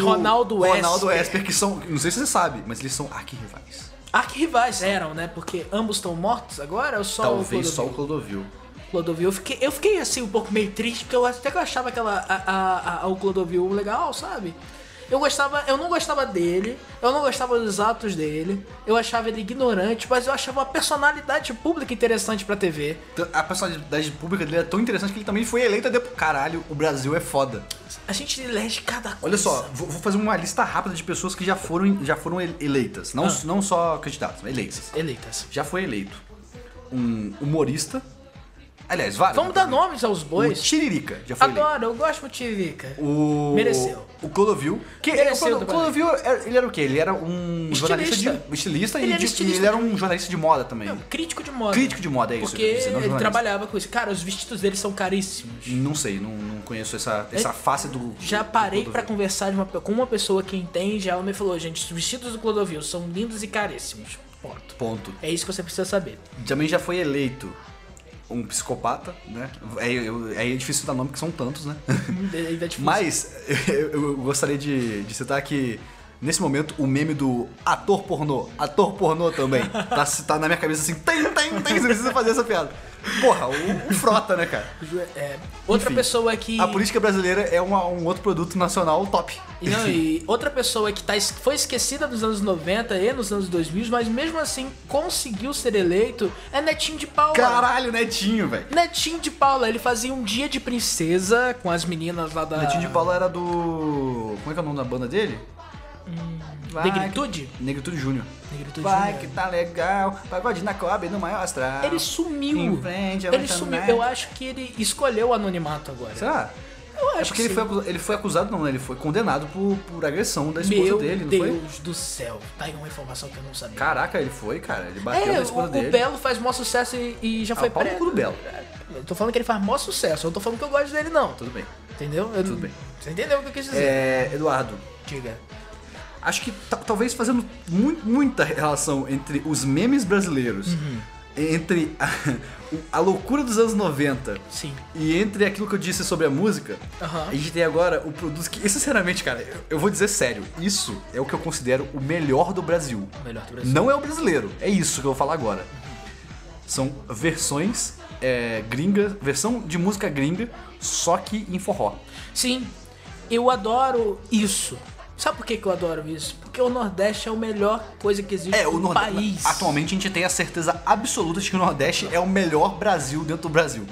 (laughs) o
Ronaldo West.
Ronaldo Esper, que são, não sei se você sabe, mas eles são arquirrivais.
Arquirrivais eram, né? Porque ambos estão mortos agora ou só
Talvez
o
só o
Clodovil?
Clodovil.
Clodovil. Eu fiquei, eu fiquei assim um pouco meio triste, porque eu até que eu achava aquela, a- a- a- o Clodovil legal, sabe? Eu gostava, eu não gostava dele, eu não gostava dos atos dele, eu achava ele ignorante, mas eu achava a personalidade pública interessante pra TV.
Então, A personalidade pública dele é tão interessante que ele também foi eleito deputado. Caralho, o Brasil é foda.
A gente elege cada coisa.
Olha só, vou vou fazer uma lista rápida de pessoas que já foram, já foram ele- eleitas. Não,
Ah.
não só candidatos, mas eleitas.
Eleitas.
Já foi eleito um humorista. Aliás, vários.
Vamos dar nomes aos
O
bois.
Tiririca já foi eleito.
Adoro, eu gosto do Tiririca.
O...
Mereceu.
O Clodovil. Que é
Mereceu
o Clodo-
do
Clodovil, era- ele era o quê? Ele era um jornalista
Estilista.
de... Estilista,
Ele
e,
era
de-
estilista.
e ele era um jornalista de moda também.
Não, crítico de moda.
Crítico de moda, é isso
Porque
que eu quis dizer, não
ele
jornalista.
trabalhava com isso. Cara, os vestidos dele são caríssimos.
Não sei, não, não conheço essa, essa face do...
É, Já
do
parei
Clodovil.
pra conversar de uma- com uma pessoa que entende, ela me falou, gente, os vestidos do Clodovil são lindos e caríssimos. Ponto.
Ponto.
É isso que você precisa saber.
Também já foi eleito um psicopata, né? É, eu- é difícil dar nome, porque são tantos, né? (laughs)
Ainda é difícil.
Mas eu, eu gostaria de, de citar que, nesse momento, o meme do ator pornô, ator pornô também, tá, tá na minha cabeça assim, tem, tem, tem, você precisa fazer essa piada. Porra, o, o frota, né, cara?
É, outra
Enfim, Ah,
pessoa que...
A política brasileira é uma- um outro produto nacional top.
E (laughs) Não, e outra pessoa que tá, es- foi esquecida nos anos 90 e nos anos 2000, mas mesmo assim conseguiu ser eleito, é Netinho de Paula.
Caralho, Netinho, velho.
Netinho de Paula, ele fazia um dia de princesa com as meninas lá da.
Netinho de Paula era do... Como é que é o nome da banda dele? Vai
Negritude?
que- Negritude Júnior.
Negritude
Vai
Júnior.
que tá legal, pagode na Coab no maior astral.
Ele sumiu.
Em frente,
ele
aguentando
sumiu.
mais.
Eu acho que ele escolheu o anonimato agora.
Será?
Eu acho
É porque
que
ele foi,
sim.
acusado, ele foi acusado, não, né? Ele foi condenado por, por agressão da esposa
Meu
dele, não foi?
Deus do céu. Tá aí uma informação que eu não sabia.
Caraca, ele foi, cara. Ele bateu
é,
na
o,
esposa
o
dele.
Belo faz maior sucesso e, e já
Ah,
foi
pau no
preso. É.
cu do Belo.
Eu tô falando que ele faz maior sucesso. Eu não tô falando que eu gosto dele, não.
Tudo bem.
Entendeu? Eu não-
Tudo bem.
Você entendeu o que eu quis dizer?
É, Eduardo,
Diga.
acho que ta- talvez fazendo mu- muita relação entre os memes brasileiros,
Uhum.
entre a, o- a (laughs) loucura dos anos 90
Sim.
e entre aquilo que eu disse sobre a música,
Aham.
a gente tem agora o produto que, sinceramente, cara, eu, eu vou dizer sério, isso é o que eu considero o melhor do Brasil.
O melhor do Brasil.
Não é o brasileiro, é isso que eu vou falar agora. São versões é, gringas, versão de música gringa, só que em forró.
Sim, eu adoro isso. Sabe por que, que eu adoro isso? Porque o Nordeste é a melhor coisa que existe
É, o
no
Nordeste.
país.
Atualmente a gente tem a certeza absoluta de que o Nordeste é o melhor Brasil dentro do Brasil.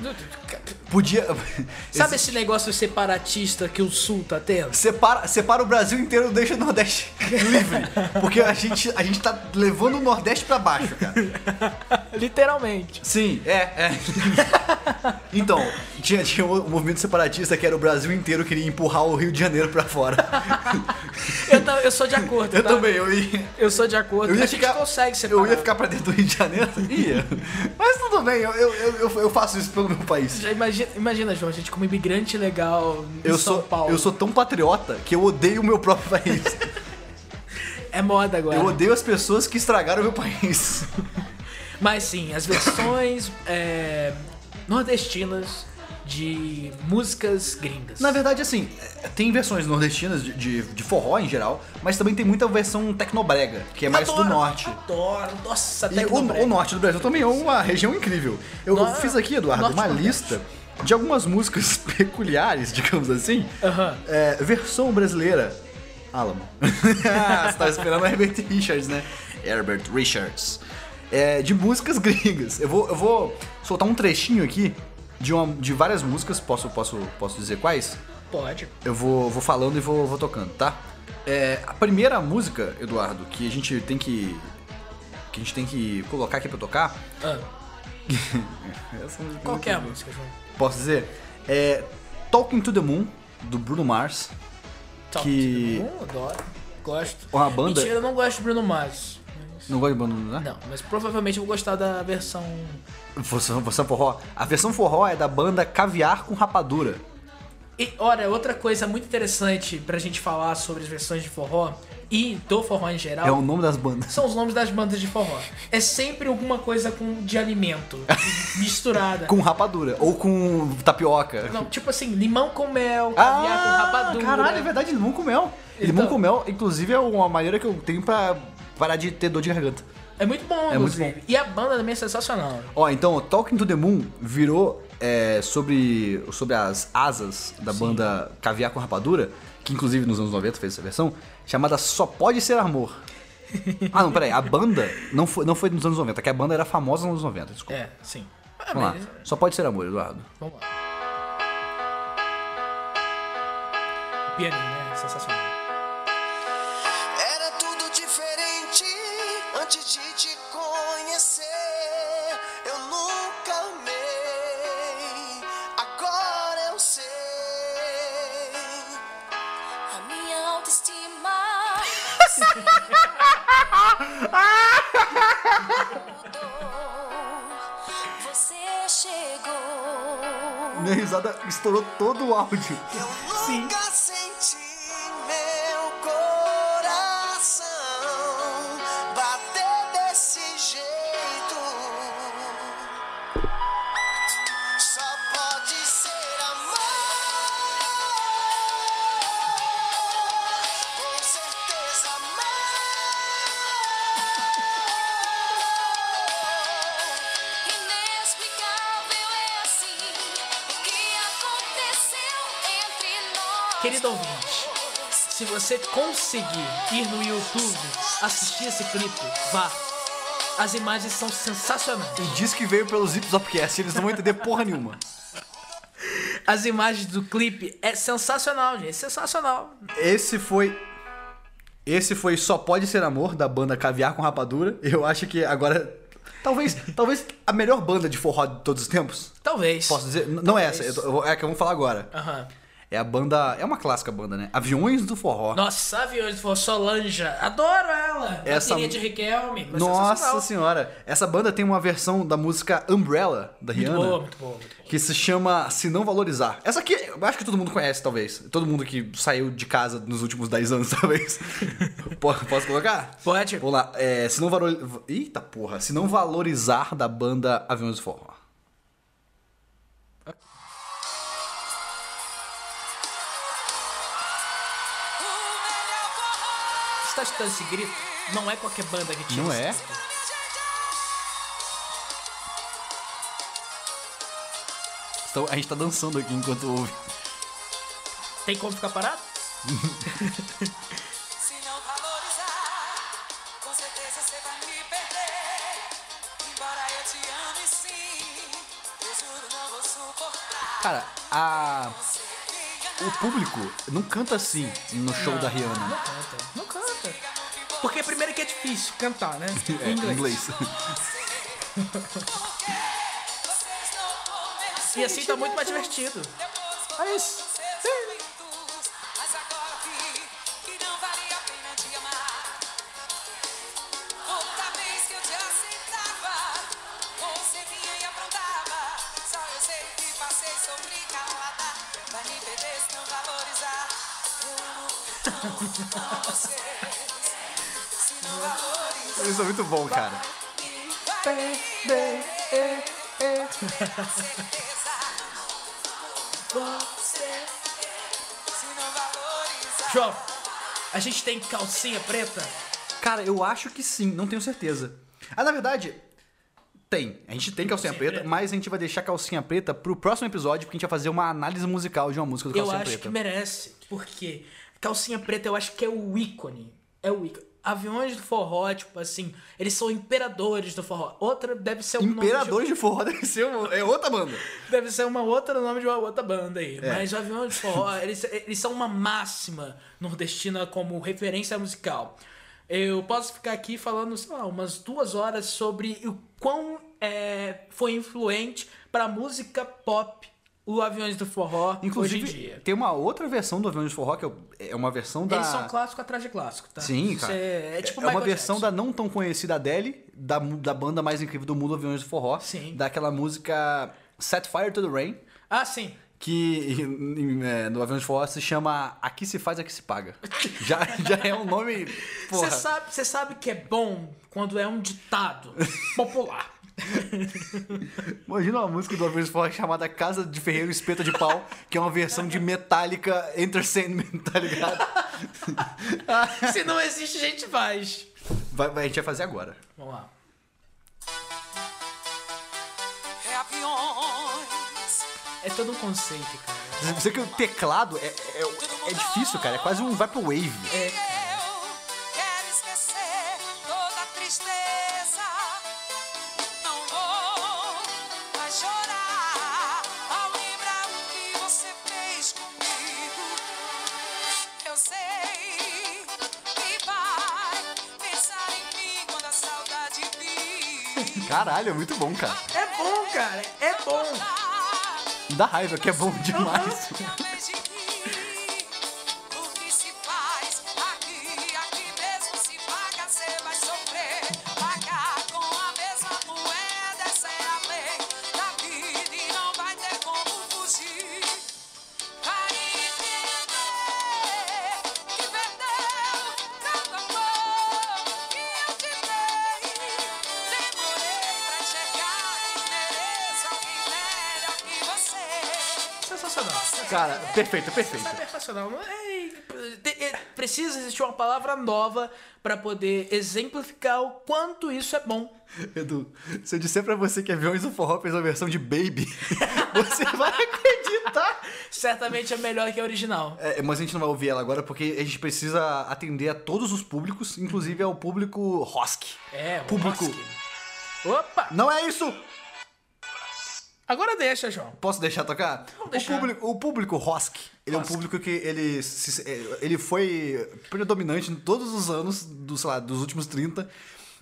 Podia. (laughs)
Sabe esse negócio separatista que o Sul tá tendo?
Separa, separa o Brasil inteiro, deixa o Nordeste (laughs) livre. Porque a gente, a gente tá levando o Nordeste pra baixo, cara.
Literalmente.
Sim, é, é. (laughs) Então, tinha, tinha um movimento separatista que era o Brasil inteiro queria empurrar o Rio de Janeiro pra fora.
Eu, ta- eu sou de acordo,
(laughs) Eu
tá?
também, eu ia.
Eu sou de acordo.
Eu ia
a gente
ficar,
consegue separar.
eu ia ficar pra dentro do Rio de
(laughs)
Janeiro? Ia. Mas tudo bem, eu, eu, eu, eu faço isso pelo meu país.
Já imagina, imagina, João, a gente como imigrante legal em
Eu
São
sou,
Paulo.
eu sou tão patriota que eu odeio o meu próprio país.
É moda agora.
Eu odeio as pessoas que estragaram o meu país.
Mas sim, as
(laughs)
versões é, nordestinas de músicas gringas.
Na verdade, assim, é, tem versões nordestinas de, de, de forró em geral, mas também tem muita versão tecnobrega, que é mais
Adoro, Ah,
do norte.
Adoro, nossa,
E
até
o, o norte do Brasil também é uma região incrível. Eu
Nó-
fiz aqui, Eduardo,
norte
uma
do Nordeste.
lista de algumas músicas (laughs) peculiares, digamos assim.
Aham.
É, versão brasileira. Alamo. (laughs) ah, você tava esperando o Herbert Richards, né? Herbert Richards. É, de músicas (laughs) gringas. Eu vou, eu vou soltar um trechinho aqui de, uma, de várias músicas. Posso, posso, posso dizer quais?
Pode.
Eu vou, vou falando e vou, vou tocando, tá? É, a primeira música, Eduardo, que a gente tem que. Que a gente tem que colocar aqui pra tocar.
Ah,
Essa música
qual que é a
muito boa.
música, João?
Posso dizer? É. Talking to the Moon, do Bruno Mars.
Top.
Que-
Hum, adoro. Gosto.
Uma banda-
Mentira, eu não gosto de Bruno Mars. Mas-
Não gosta de banda, né?
Não, mas provavelmente eu vou gostar da versão.
é Versão, versão forró. A versão forró é da banda Caviar com Rapadura.
E, ora, outra coisa muito interessante pra gente falar sobre as versões de forró e do forró em geral
É o nome das bandas. (laughs)
são os nomes das bandas de forró. É sempre alguma coisa com
(laughs)
de alimento misturada.
Com rapadura. Ou com tapioca.
Não, tipo assim, limão com mel, caviar com rapadura.
Ah,
né?
Caralho, é verdade, limão com mel. Limão
Então.
com mel, inclusive, é uma maneira que eu tenho pra parar de ter dor de garganta.
É muito bom,
É muito
inclusive. E a banda também é sensacional.
Ó, então, Talking to the Moon virou é, sobre, sobre as asas da banda Caviar com Rapadura, que inclusive nos anos 90 fez essa versão, chamada Só Pode Ser Amor. ah, não, peraí, a banda não foi, não foi nos anos 90, que a banda era famosa nos anos 90, desculpa.
É, sim. Ah,
Vamos lá,
mas-
Só Pode Ser Amor, Eduardo.
Vamos lá. O pianinho, né? Sensacional.
Era tudo diferente antes de te conhecer. Eu nunca amei, agora eu sei.
A minha autoestima se mudou. Você chegou.
Minha risada estourou todo o áudio.
Eu nunca senti meu coração bater desse jeito. Só pode ser amor, com certeza amor.
Inexplicável é assim. O que aconteceu entre nós?
Querido ouvinte, se você conseguir ir no YouTube assistir esse clipe, vá. As imagens são sensacionais.
E diz que veio pelos Zips Upcast, eles não vão entender porra nenhuma.
As imagens do clipe é sensacional, gente. Sensacional.
Esse foi. Esse foi Só Pode Ser Amor, da banda Caviar com Rapadura. Eu acho que agora. Talvez, talvez a melhor banda de forró de todos os tempos.
Talvez.
Posso dizer? N- Não é essa, eu tô- eu vou- é a que eu vou falar agora.
Aham.
É a banda. É uma clássica banda, né? Aviões do Forró.
Nossa, aviões de forró, Solange. Adoro ela.
Essa-
Bateria de Riquelme. mas
Nossa
é sensacional.
senhora! Essa banda tem uma versão da música Umbrella, da
Muito
Rihanna.
boa, muito boa, muito boa.
Que se chama Se Não Valorizar. Essa aqui, eu acho que todo mundo conhece, talvez. Todo mundo que saiu de casa nos últimos 10 anos, (laughs) talvez. Po- Posso colocar?
Pode.
Vamos lá. É, se não valorizar... Eita porra. Se não valorizar da banda Aviões do Forró.
Você tá escutando esse grito? Não é qualquer banda que tira
Não
esse
é?
grito.
Então, a gente tá dançando aqui enquanto ouve.
Tem como ficar parado?
Se não valorizar, com certeza você vai me perder. Embora eu te ame sim, eu juro não vou suportar.
Cara, a...
Você fica
o público não canta assim no show da Rihanna.
Não canta, não canta. Porque primeiro que é difícil cantar, né?
É, em inglês.
porque vocês não vão vencer.
E assim tá muito mais divertido.
Depois vou
É isso.
com seus momentos, mas agora vi que não valia a pena te amar. Outra vez que eu te aceitava, você vinha e aprontava. Só eu sei que passei sobre calada. Vai me perder se não valorizar. Eu amo tanto vocês. Se não valorizar,
Isso é muito bom, cara.
me vai perder. Certeza. é, Se não valorizar,
João, a gente tem calcinha preta?
Cara, eu acho que sim, não tenho certeza. Ah, na verdade, tem. A gente tem calcinha
Calcinha
preta,
preta.
mas a gente vai deixar calcinha preta pro próximo episódio, porque a gente vai fazer uma análise musical de uma música do
Eu
calcinha
acho
preta.
que merece. Porque calcinha preta eu acho que é o ícone. É o ícone. Aviões do forró, tipo assim, eles são imperadores do forró. Outra deve ser o nome de-
Imperadores de forró deve ser uma- é outra banda.
Deve ser uma outra nome de uma outra banda aí.
É.
Mas o Avião de Forró, eles, eles são uma máxima nordestina como referência musical. Eu posso ficar aqui falando, sei lá, umas duas horas sobre o quão é, foi influente pra música pop o Aviões do Forró
Inclusive,
hoje em dia.
tem uma outra versão do Avião de Forró, que é o- é uma versão da.
Eles são clássico atrás de clássico, tá?
Sim,
Isso
cara.
É, é tipo
uma
Michael
versão
Jackson.
da não tão conhecida Adele, da, mu- da banda mais incrível do mundo, Aviões de Forró.
Sim.
Daquela música Set Fire to the Rain,
Ah, sim.
que (laughs) em- é, no Avião de Forró se chama Aqui se faz, aqui se paga. Já, já é um nome. Porra.
(laughs) Você sabe, você sabe que é bom quando é um
(laughs)
ditado popular.
Imagina uma música do Avião de Forró chamada Casa de Ferreiro Espeta de Pau, que é uma versão de Metallica Enter Sandman, tá ligado?
Se não existe, a gente faz.
Vai- vai- a gente vai fazer agora.
Vamos lá.
É aviões.
É todo um conceito, cara.
Você que o teclado é, é, é difícil, cara. É quase um vaporwave.
E eu quero esquecer toda a tristeza. Não vou mais chorar ao lembrar o que você fez comigo. Eu sei que vai pensar em mim quando a saudade
(laughs)
vir.
Caralho, é muito bom, cara.
É bom, cara. É bom.
Dá raiva, que é bom
(laughs)
demais.
Jamais de rir. O que se faz aqui, aqui mesmo se paga, cê vai sofrer. Pagar com a mesma moeda, essa é a lei da vida e não vai ter como fugir. Vai entender que perdeu tanto amor que eu te dei. Demorei pra chegar e mereço alguém melhor que você.
Sensacional.
Cara, perfeito, perfeito.
Sensacional. Não é- é- é- Precisa existir uma palavra nova pra poder exemplificar o quanto isso é bom.
Edu, se eu disser pra você que Aviões do Forró fez uma versão de Baby, (laughs) você vai acreditar.
Certamente é melhor que a original.
É, mas a gente não vai ouvir ela agora porque a gente precisa atender a todos os públicos, inclusive ao público rock.
É, o
Público.
Husky. Opa!
Não é isso!
Agora deixa, João.
Posso deixar tocar? O
deixar.
público, o público Rosk, ele é um
Rosk.
público que ele, se- ele foi predominante em todos os anos, dos, sei lá, dos últimos 30.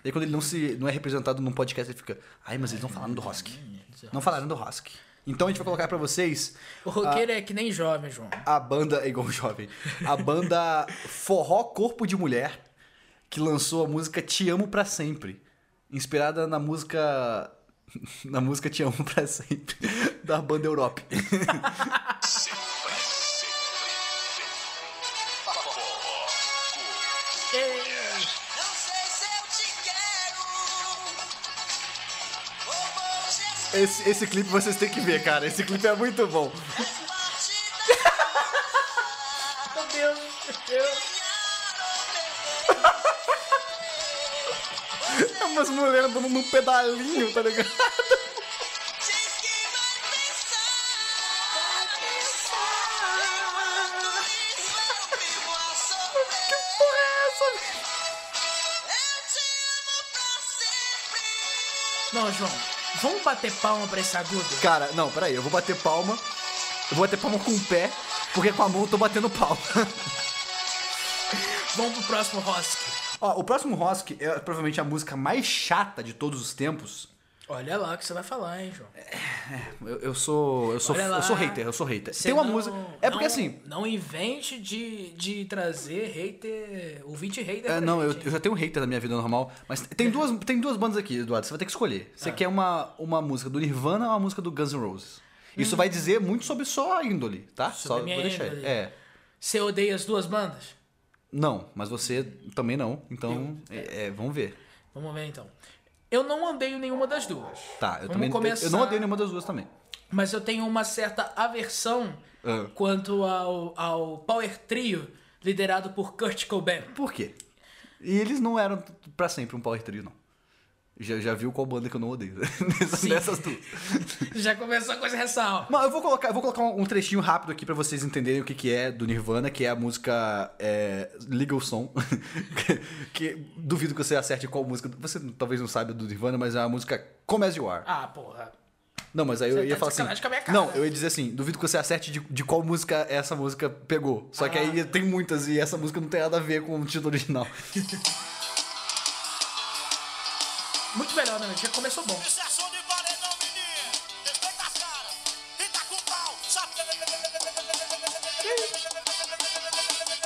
E aí quando ele não, se, não é representado num podcast, ele fica. Ai, mas eles não falaram do Rosk. Não falaram do Rosk. Então a gente vai colocar pra vocês
O roqueiro é que nem jovem, João.
a banda, é igual jovem, a banda Forró Corpo de Mulher, que lançou a música Te Amo Pra Sempre, inspirada na música (laughs) na música Te Amo Pra Sempre da banda Europe.
Não sei se eu te quero. Ou vou te
Esse, esse clipe vocês têm que ver, cara, esse clipe é muito bom.
(laughs)
partir
Meu Deus, meu Deus.
É umas mulheres dando num pedalinho, tá ligado?
Diz que vai pensar. Vai pensar. Enquanto isso eu vivo a sofrer. Que porra é essa? Eu te amo pra sempre.
Não, João. Vamos bater palma pra esse agudo?
Cara, não, peraí, eu vou bater palma, eu vou bater palma com o pé, porque com a mão eu tô batendo palma. (laughs)
Vamos pro próximo Rosk.
Ó, o próximo Rosk é provavelmente a música mais chata de todos os tempos.
Olha lá o que você vai falar, hein, João.
Eu, eu sou. Eu sou,
Olha lá.
eu sou hater, eu sou hater.
Você
Tem uma
não-
música. É porque
não-
assim.
Não invente de, de trazer hater. Ouvinte hater.
é,
pra
não, eu,
gente,
eu já tenho hater na minha vida normal. Mas tem duas, tem duas bandas aqui, Eduardo. Você vai ter que escolher.
Ah.
Você quer uma, uma música do Nirvana ou uma música do Guns N' Roses? Isso vai dizer muito sobre só a índole, tá? só
a Hum. minha índole.
É.
Você odeia as duas bandas?
Não, mas você também não. Então, é, é, vamos ver.
Vamos ver então. Eu não odeio nenhuma das duas.
Tá, eu
Vamos
também.
começar,
Eu não odeio nenhuma das duas também.
Mas eu tenho uma certa aversão
Ah.
quanto ao, ao Power Trio liderado por Kurt Cobain. (laughs)
Por quê? E eles não eram pra sempre um power trio, não. Já, já viu qual banda que eu não odeio. (laughs) Nessas-
Sim.
Nessas duas.
Já começou com essa ressalva.
Mas eu vou colocar, eu vou colocar um um trechinho rápido aqui pra vocês entenderem o que, que é do Nirvana, que é a música é, Legal Song. (laughs) que, duvido que você acerte qual música. Você talvez não saiba do Nirvana, mas é a música Come As You Are.
Ah, porra.
Não, mas aí eu
Você
ia
tá
falar
de
assim.
sacanagem com a minha cara.
Não, eu ia dizer assim, duvido que você acerte de, de qual música essa música pegou. Só que
Ah.
aí tem muitas e essa música não tem nada a ver com o título original.
Muito melhor, né? meu? Já começou bom.
Esse é som de paredão, menino. Respeita a cara. E tá com pau. Sabe?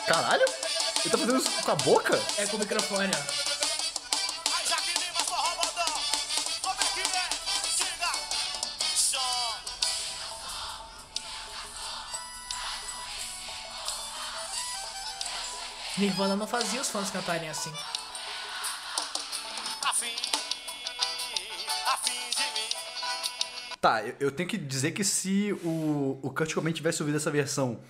Caralho? Ele tá fazendo isso com a boca?
É com o microfone, ó.
Aí já que lima, forró, bodão. Como é que é? Siga. Som.
Nirvana não fazia os fãs cantarem assim.
afim, afim de mim.
Tá, eu, eu tenho que dizer que se o, o Kurt Cobain tivesse ouvido essa versão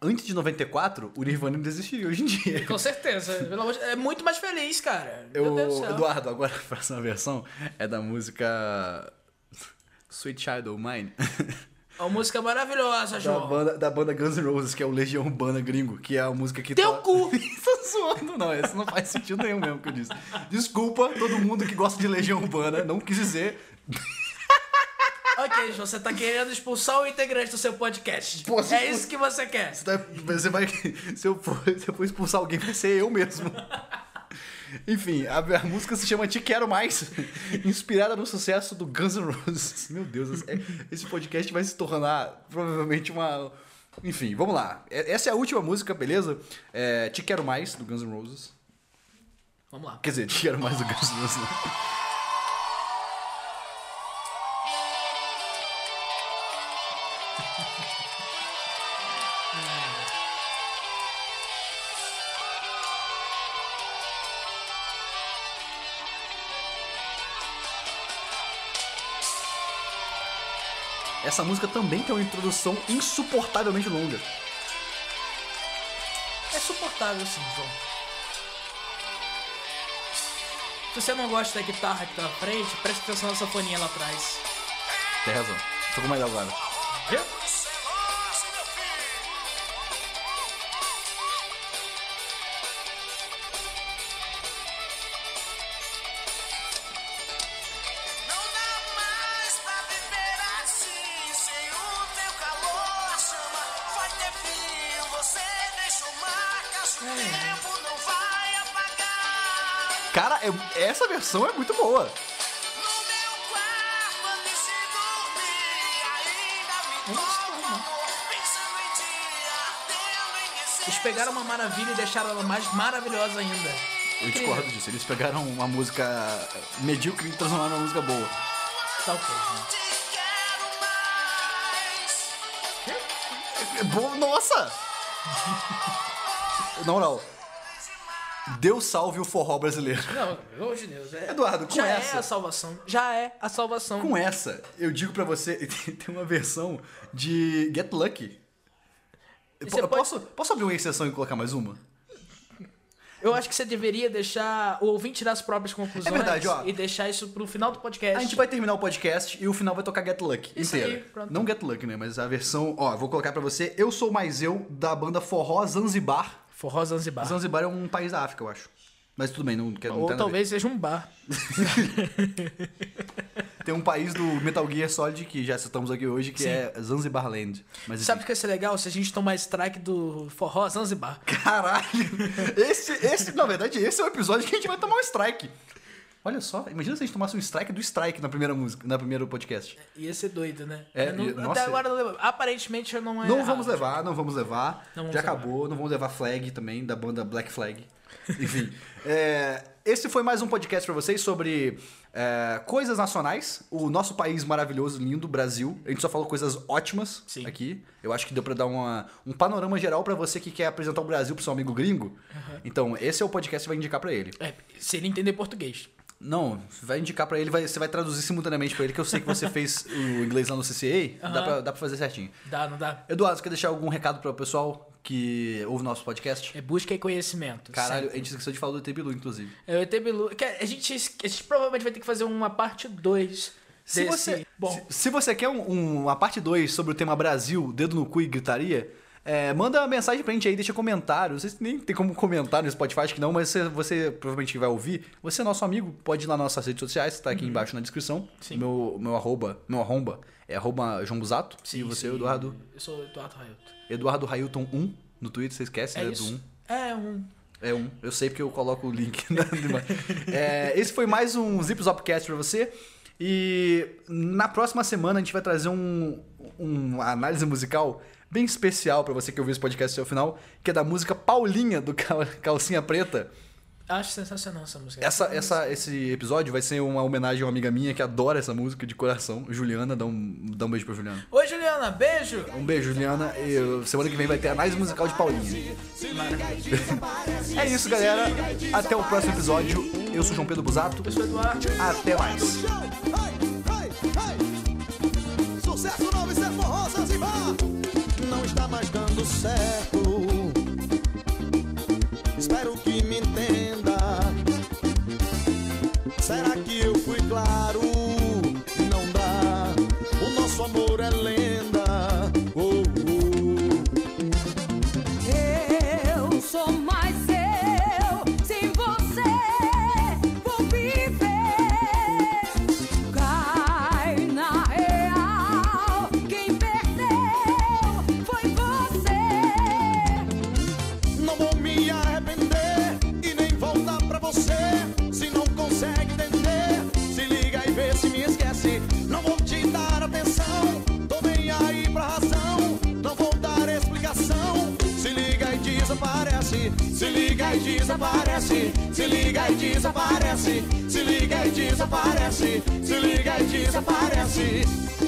antes de 94, o Nirvana não existiria hoje em dia.
Com certeza. pelo amor de- É muito mais feliz, cara. Meu Deus do
Eu,
céu.
Eduardo, agora a próxima versão é da música Sweet Child O' Mine, (laughs)
É uma música maravilhosa,
da
João.
banda, da banda Guns N' Roses, que é o Legião Urbana gringo, que é a música que...
Teu
to- (laughs)
cu!
Tô zoando, não, isso não faz sentido nenhum mesmo que eu disse. Desculpa todo mundo que gosta de Legião Urbana, não quis dizer.
ok, João, você tá querendo expulsar o integrante do seu podcast.
Pô, se
é
for-
isso que você quer.
Você vai. Se eu for, se eu for expulsar alguém, vai ser eu mesmo. (laughs) Enfim, a, a música se chama Te Quero Mais, (laughs) inspirada no sucesso do Guns N' Roses. Meu Deus, esse- é- esse podcast vai se tornar provavelmente uma. Enfim, vamos lá. É- Essa é a última música, beleza? É, Te Quero Mais, do Guns N' Roses.
Vamos lá.
Quer dizer, Te Quero Mais do Guns N' Roses. né? Essa música também tem uma introdução insuportavelmente longa.
É suportável sim, João. Se você não gosta da guitarra que tá na frente, presta atenção na sanfoninha lá atrás.
Tem razão. Ficou mais agora.
Viu?
Não dá mais pra viver assim Sem o teu calor a chama vai ter fim Você deixou marcas, o tempo não vai apagar
Cara, é- essa versão é muito boa.
No meu quarto antes de dormir Ainda me toca o amor Pensando em ti, ardendo em
Eles
desejo
pegaram uma maravilha e deixaram ela mais maravilhosa ainda.
Eu discordo disso. Eles pegaram uma música eh, medíocre e transformaram numa música boa.
Tá ok, João.
Te quero mais
É boa nossa! (laughs) Na moral, Deus salve o forró brasileiro.
Não, pelo amor de Deus.
(laughs)
É...
Eduardo, com
Já
essa.
é a salvação. Já é a salvação.
Com essa, eu digo pra você, (laughs) tem uma versão de Get Lucky. Eu
você
po- eu
pode-
posso, posso abrir uma exceção e colocar mais uma?
Eu acho que você deveria deixar o ouvinte tirar as próprias conclusões
verdade, ó.
e deixar isso pro final do podcast.
A gente vai terminar o podcast e o final vai tocar Get Lucky
Isso aí,
inteira.
pronto.
Não Get Lucky, né? Mas a versão, ó, eu vou colocar pra você. Eu sou mais eu da banda Forró Zanzibar.
Forró Zanzibar.
Zanzibar tá é um país da África, eu acho. Mas tudo bem, não quero não tem
Ou
nada a ver.
talvez seja um bar.
Tem um país do Metal Gear Solid que já citamos aqui hoje, que é Zanzibar Land. Mas
Sabe o
enfim.
que ia ser legal? Se a gente tomar esse track do Forró Zanzibar.
Caralho! Esse, esse, na verdade, esse é o episódio que a gente vai tomar um strike. Olha só, imagina se a gente tomasse um strike do strike na primeira música, na primeiro podcast.
Ia ser doido, né?
É,
Eu não-
e- nossa.
até agora não lembro. Aparentemente eu não é.
Não
errado.
vamos levar, não vamos levar.
Não vamos
Já acabou, não vamos levar flag também, da banda Black Flag. (laughs) Enfim. é, esse foi mais um podcast pra vocês sobre é, coisas nacionais. O nosso país maravilhoso, lindo, Brasil. A gente só falou coisas ótimas
Sim.
aqui. Eu acho que deu pra dar uma- um panorama geral pra você que quer apresentar o Brasil pro seu amigo gringo. Então, esse é o podcast que vai indicar pra ele.
É, se ele entender português.
Não, vai indicar pra ele, vai- você vai traduzir simultaneamente pra ele, que eu sei que você (laughs) fez o inglês lá no CCA. Dá,
Aham.
pra, dá pra fazer certinho.
Dá, não dá?
Eduardo, você quer deixar algum recado para o pessoal que ouve o nosso podcast?
É busca e conhecimento.
Caralho, a
Sempre.
gente esqueceu de falar do ET Bilu, inclusive.
É o ET Bilu. Que A gente, a gente provavelmente vai ter que fazer uma parte 2
Se você,
Bom,
se, se você quer um- um- uma parte 2 sobre o tema Brasil, dedo no cu e gritaria, é, manda uma mensagem pra gente aí, deixa comentário. Não sei se nem tem como comentar no Spotify, acho que não, mas você, você provavelmente vai ouvir. Você é nosso amigo, pode ir lá nas nossas redes sociais, tá aqui embaixo na descrição.
Sim.
Meu, meu arroba, meu arromba é arroba João Busato. e você,
sim.
Eduardo,
Eu sou o Eduardo Raioto.
Eduardo Railton 1 no Twitter, você esquece,
É
né? Do 1.
isso? É um.
É um. Eu sei porque eu coloco o link (laughs) na imagem. é, Esse foi mais um Zip Zopcast pra você. E na próxima semana a gente vai trazer um, uma análise musical bem especial pra você que ouviu esse podcast até o final, que é da música Paulinha do Cal- Calcinha Preta.
Acho sensacional essa música.
Essa, essa, esse episódio vai ser uma homenagem a uma amiga minha que adora essa música de coração, Juliana. Dá um, dá um beijo pra Juliana.
Oi, Juliana, beijo!
Um beijo, Juliana. E eu- semana que vem vai ter a mais musical de Paulinha. é isso, galera. Até o próximo episódio. Eu sou João Pedro Busato.
Eu sou Eduardo.
Até mais.
Sucesso novo, isso é forró, Zanzibar. Não está mais dando certo. Espero que me entenda. Será que eu fui claro? Não dá. O nosso amor é lenda. Oh, oh.
Eu sou mais eu, sem você vou viver. Cai na real, quem perdeu foi você.
Não vou me arrepender e nem voltar pra você. Se não consegue entender, se liga e vê se me esquece. Não vou te dar atenção, tô bem aí pra razão. Não vou dar explicação. Se liga e desaparece, se liga e desaparece, se liga e desaparece, se liga e desaparece, se liga e desaparece. é é Uh,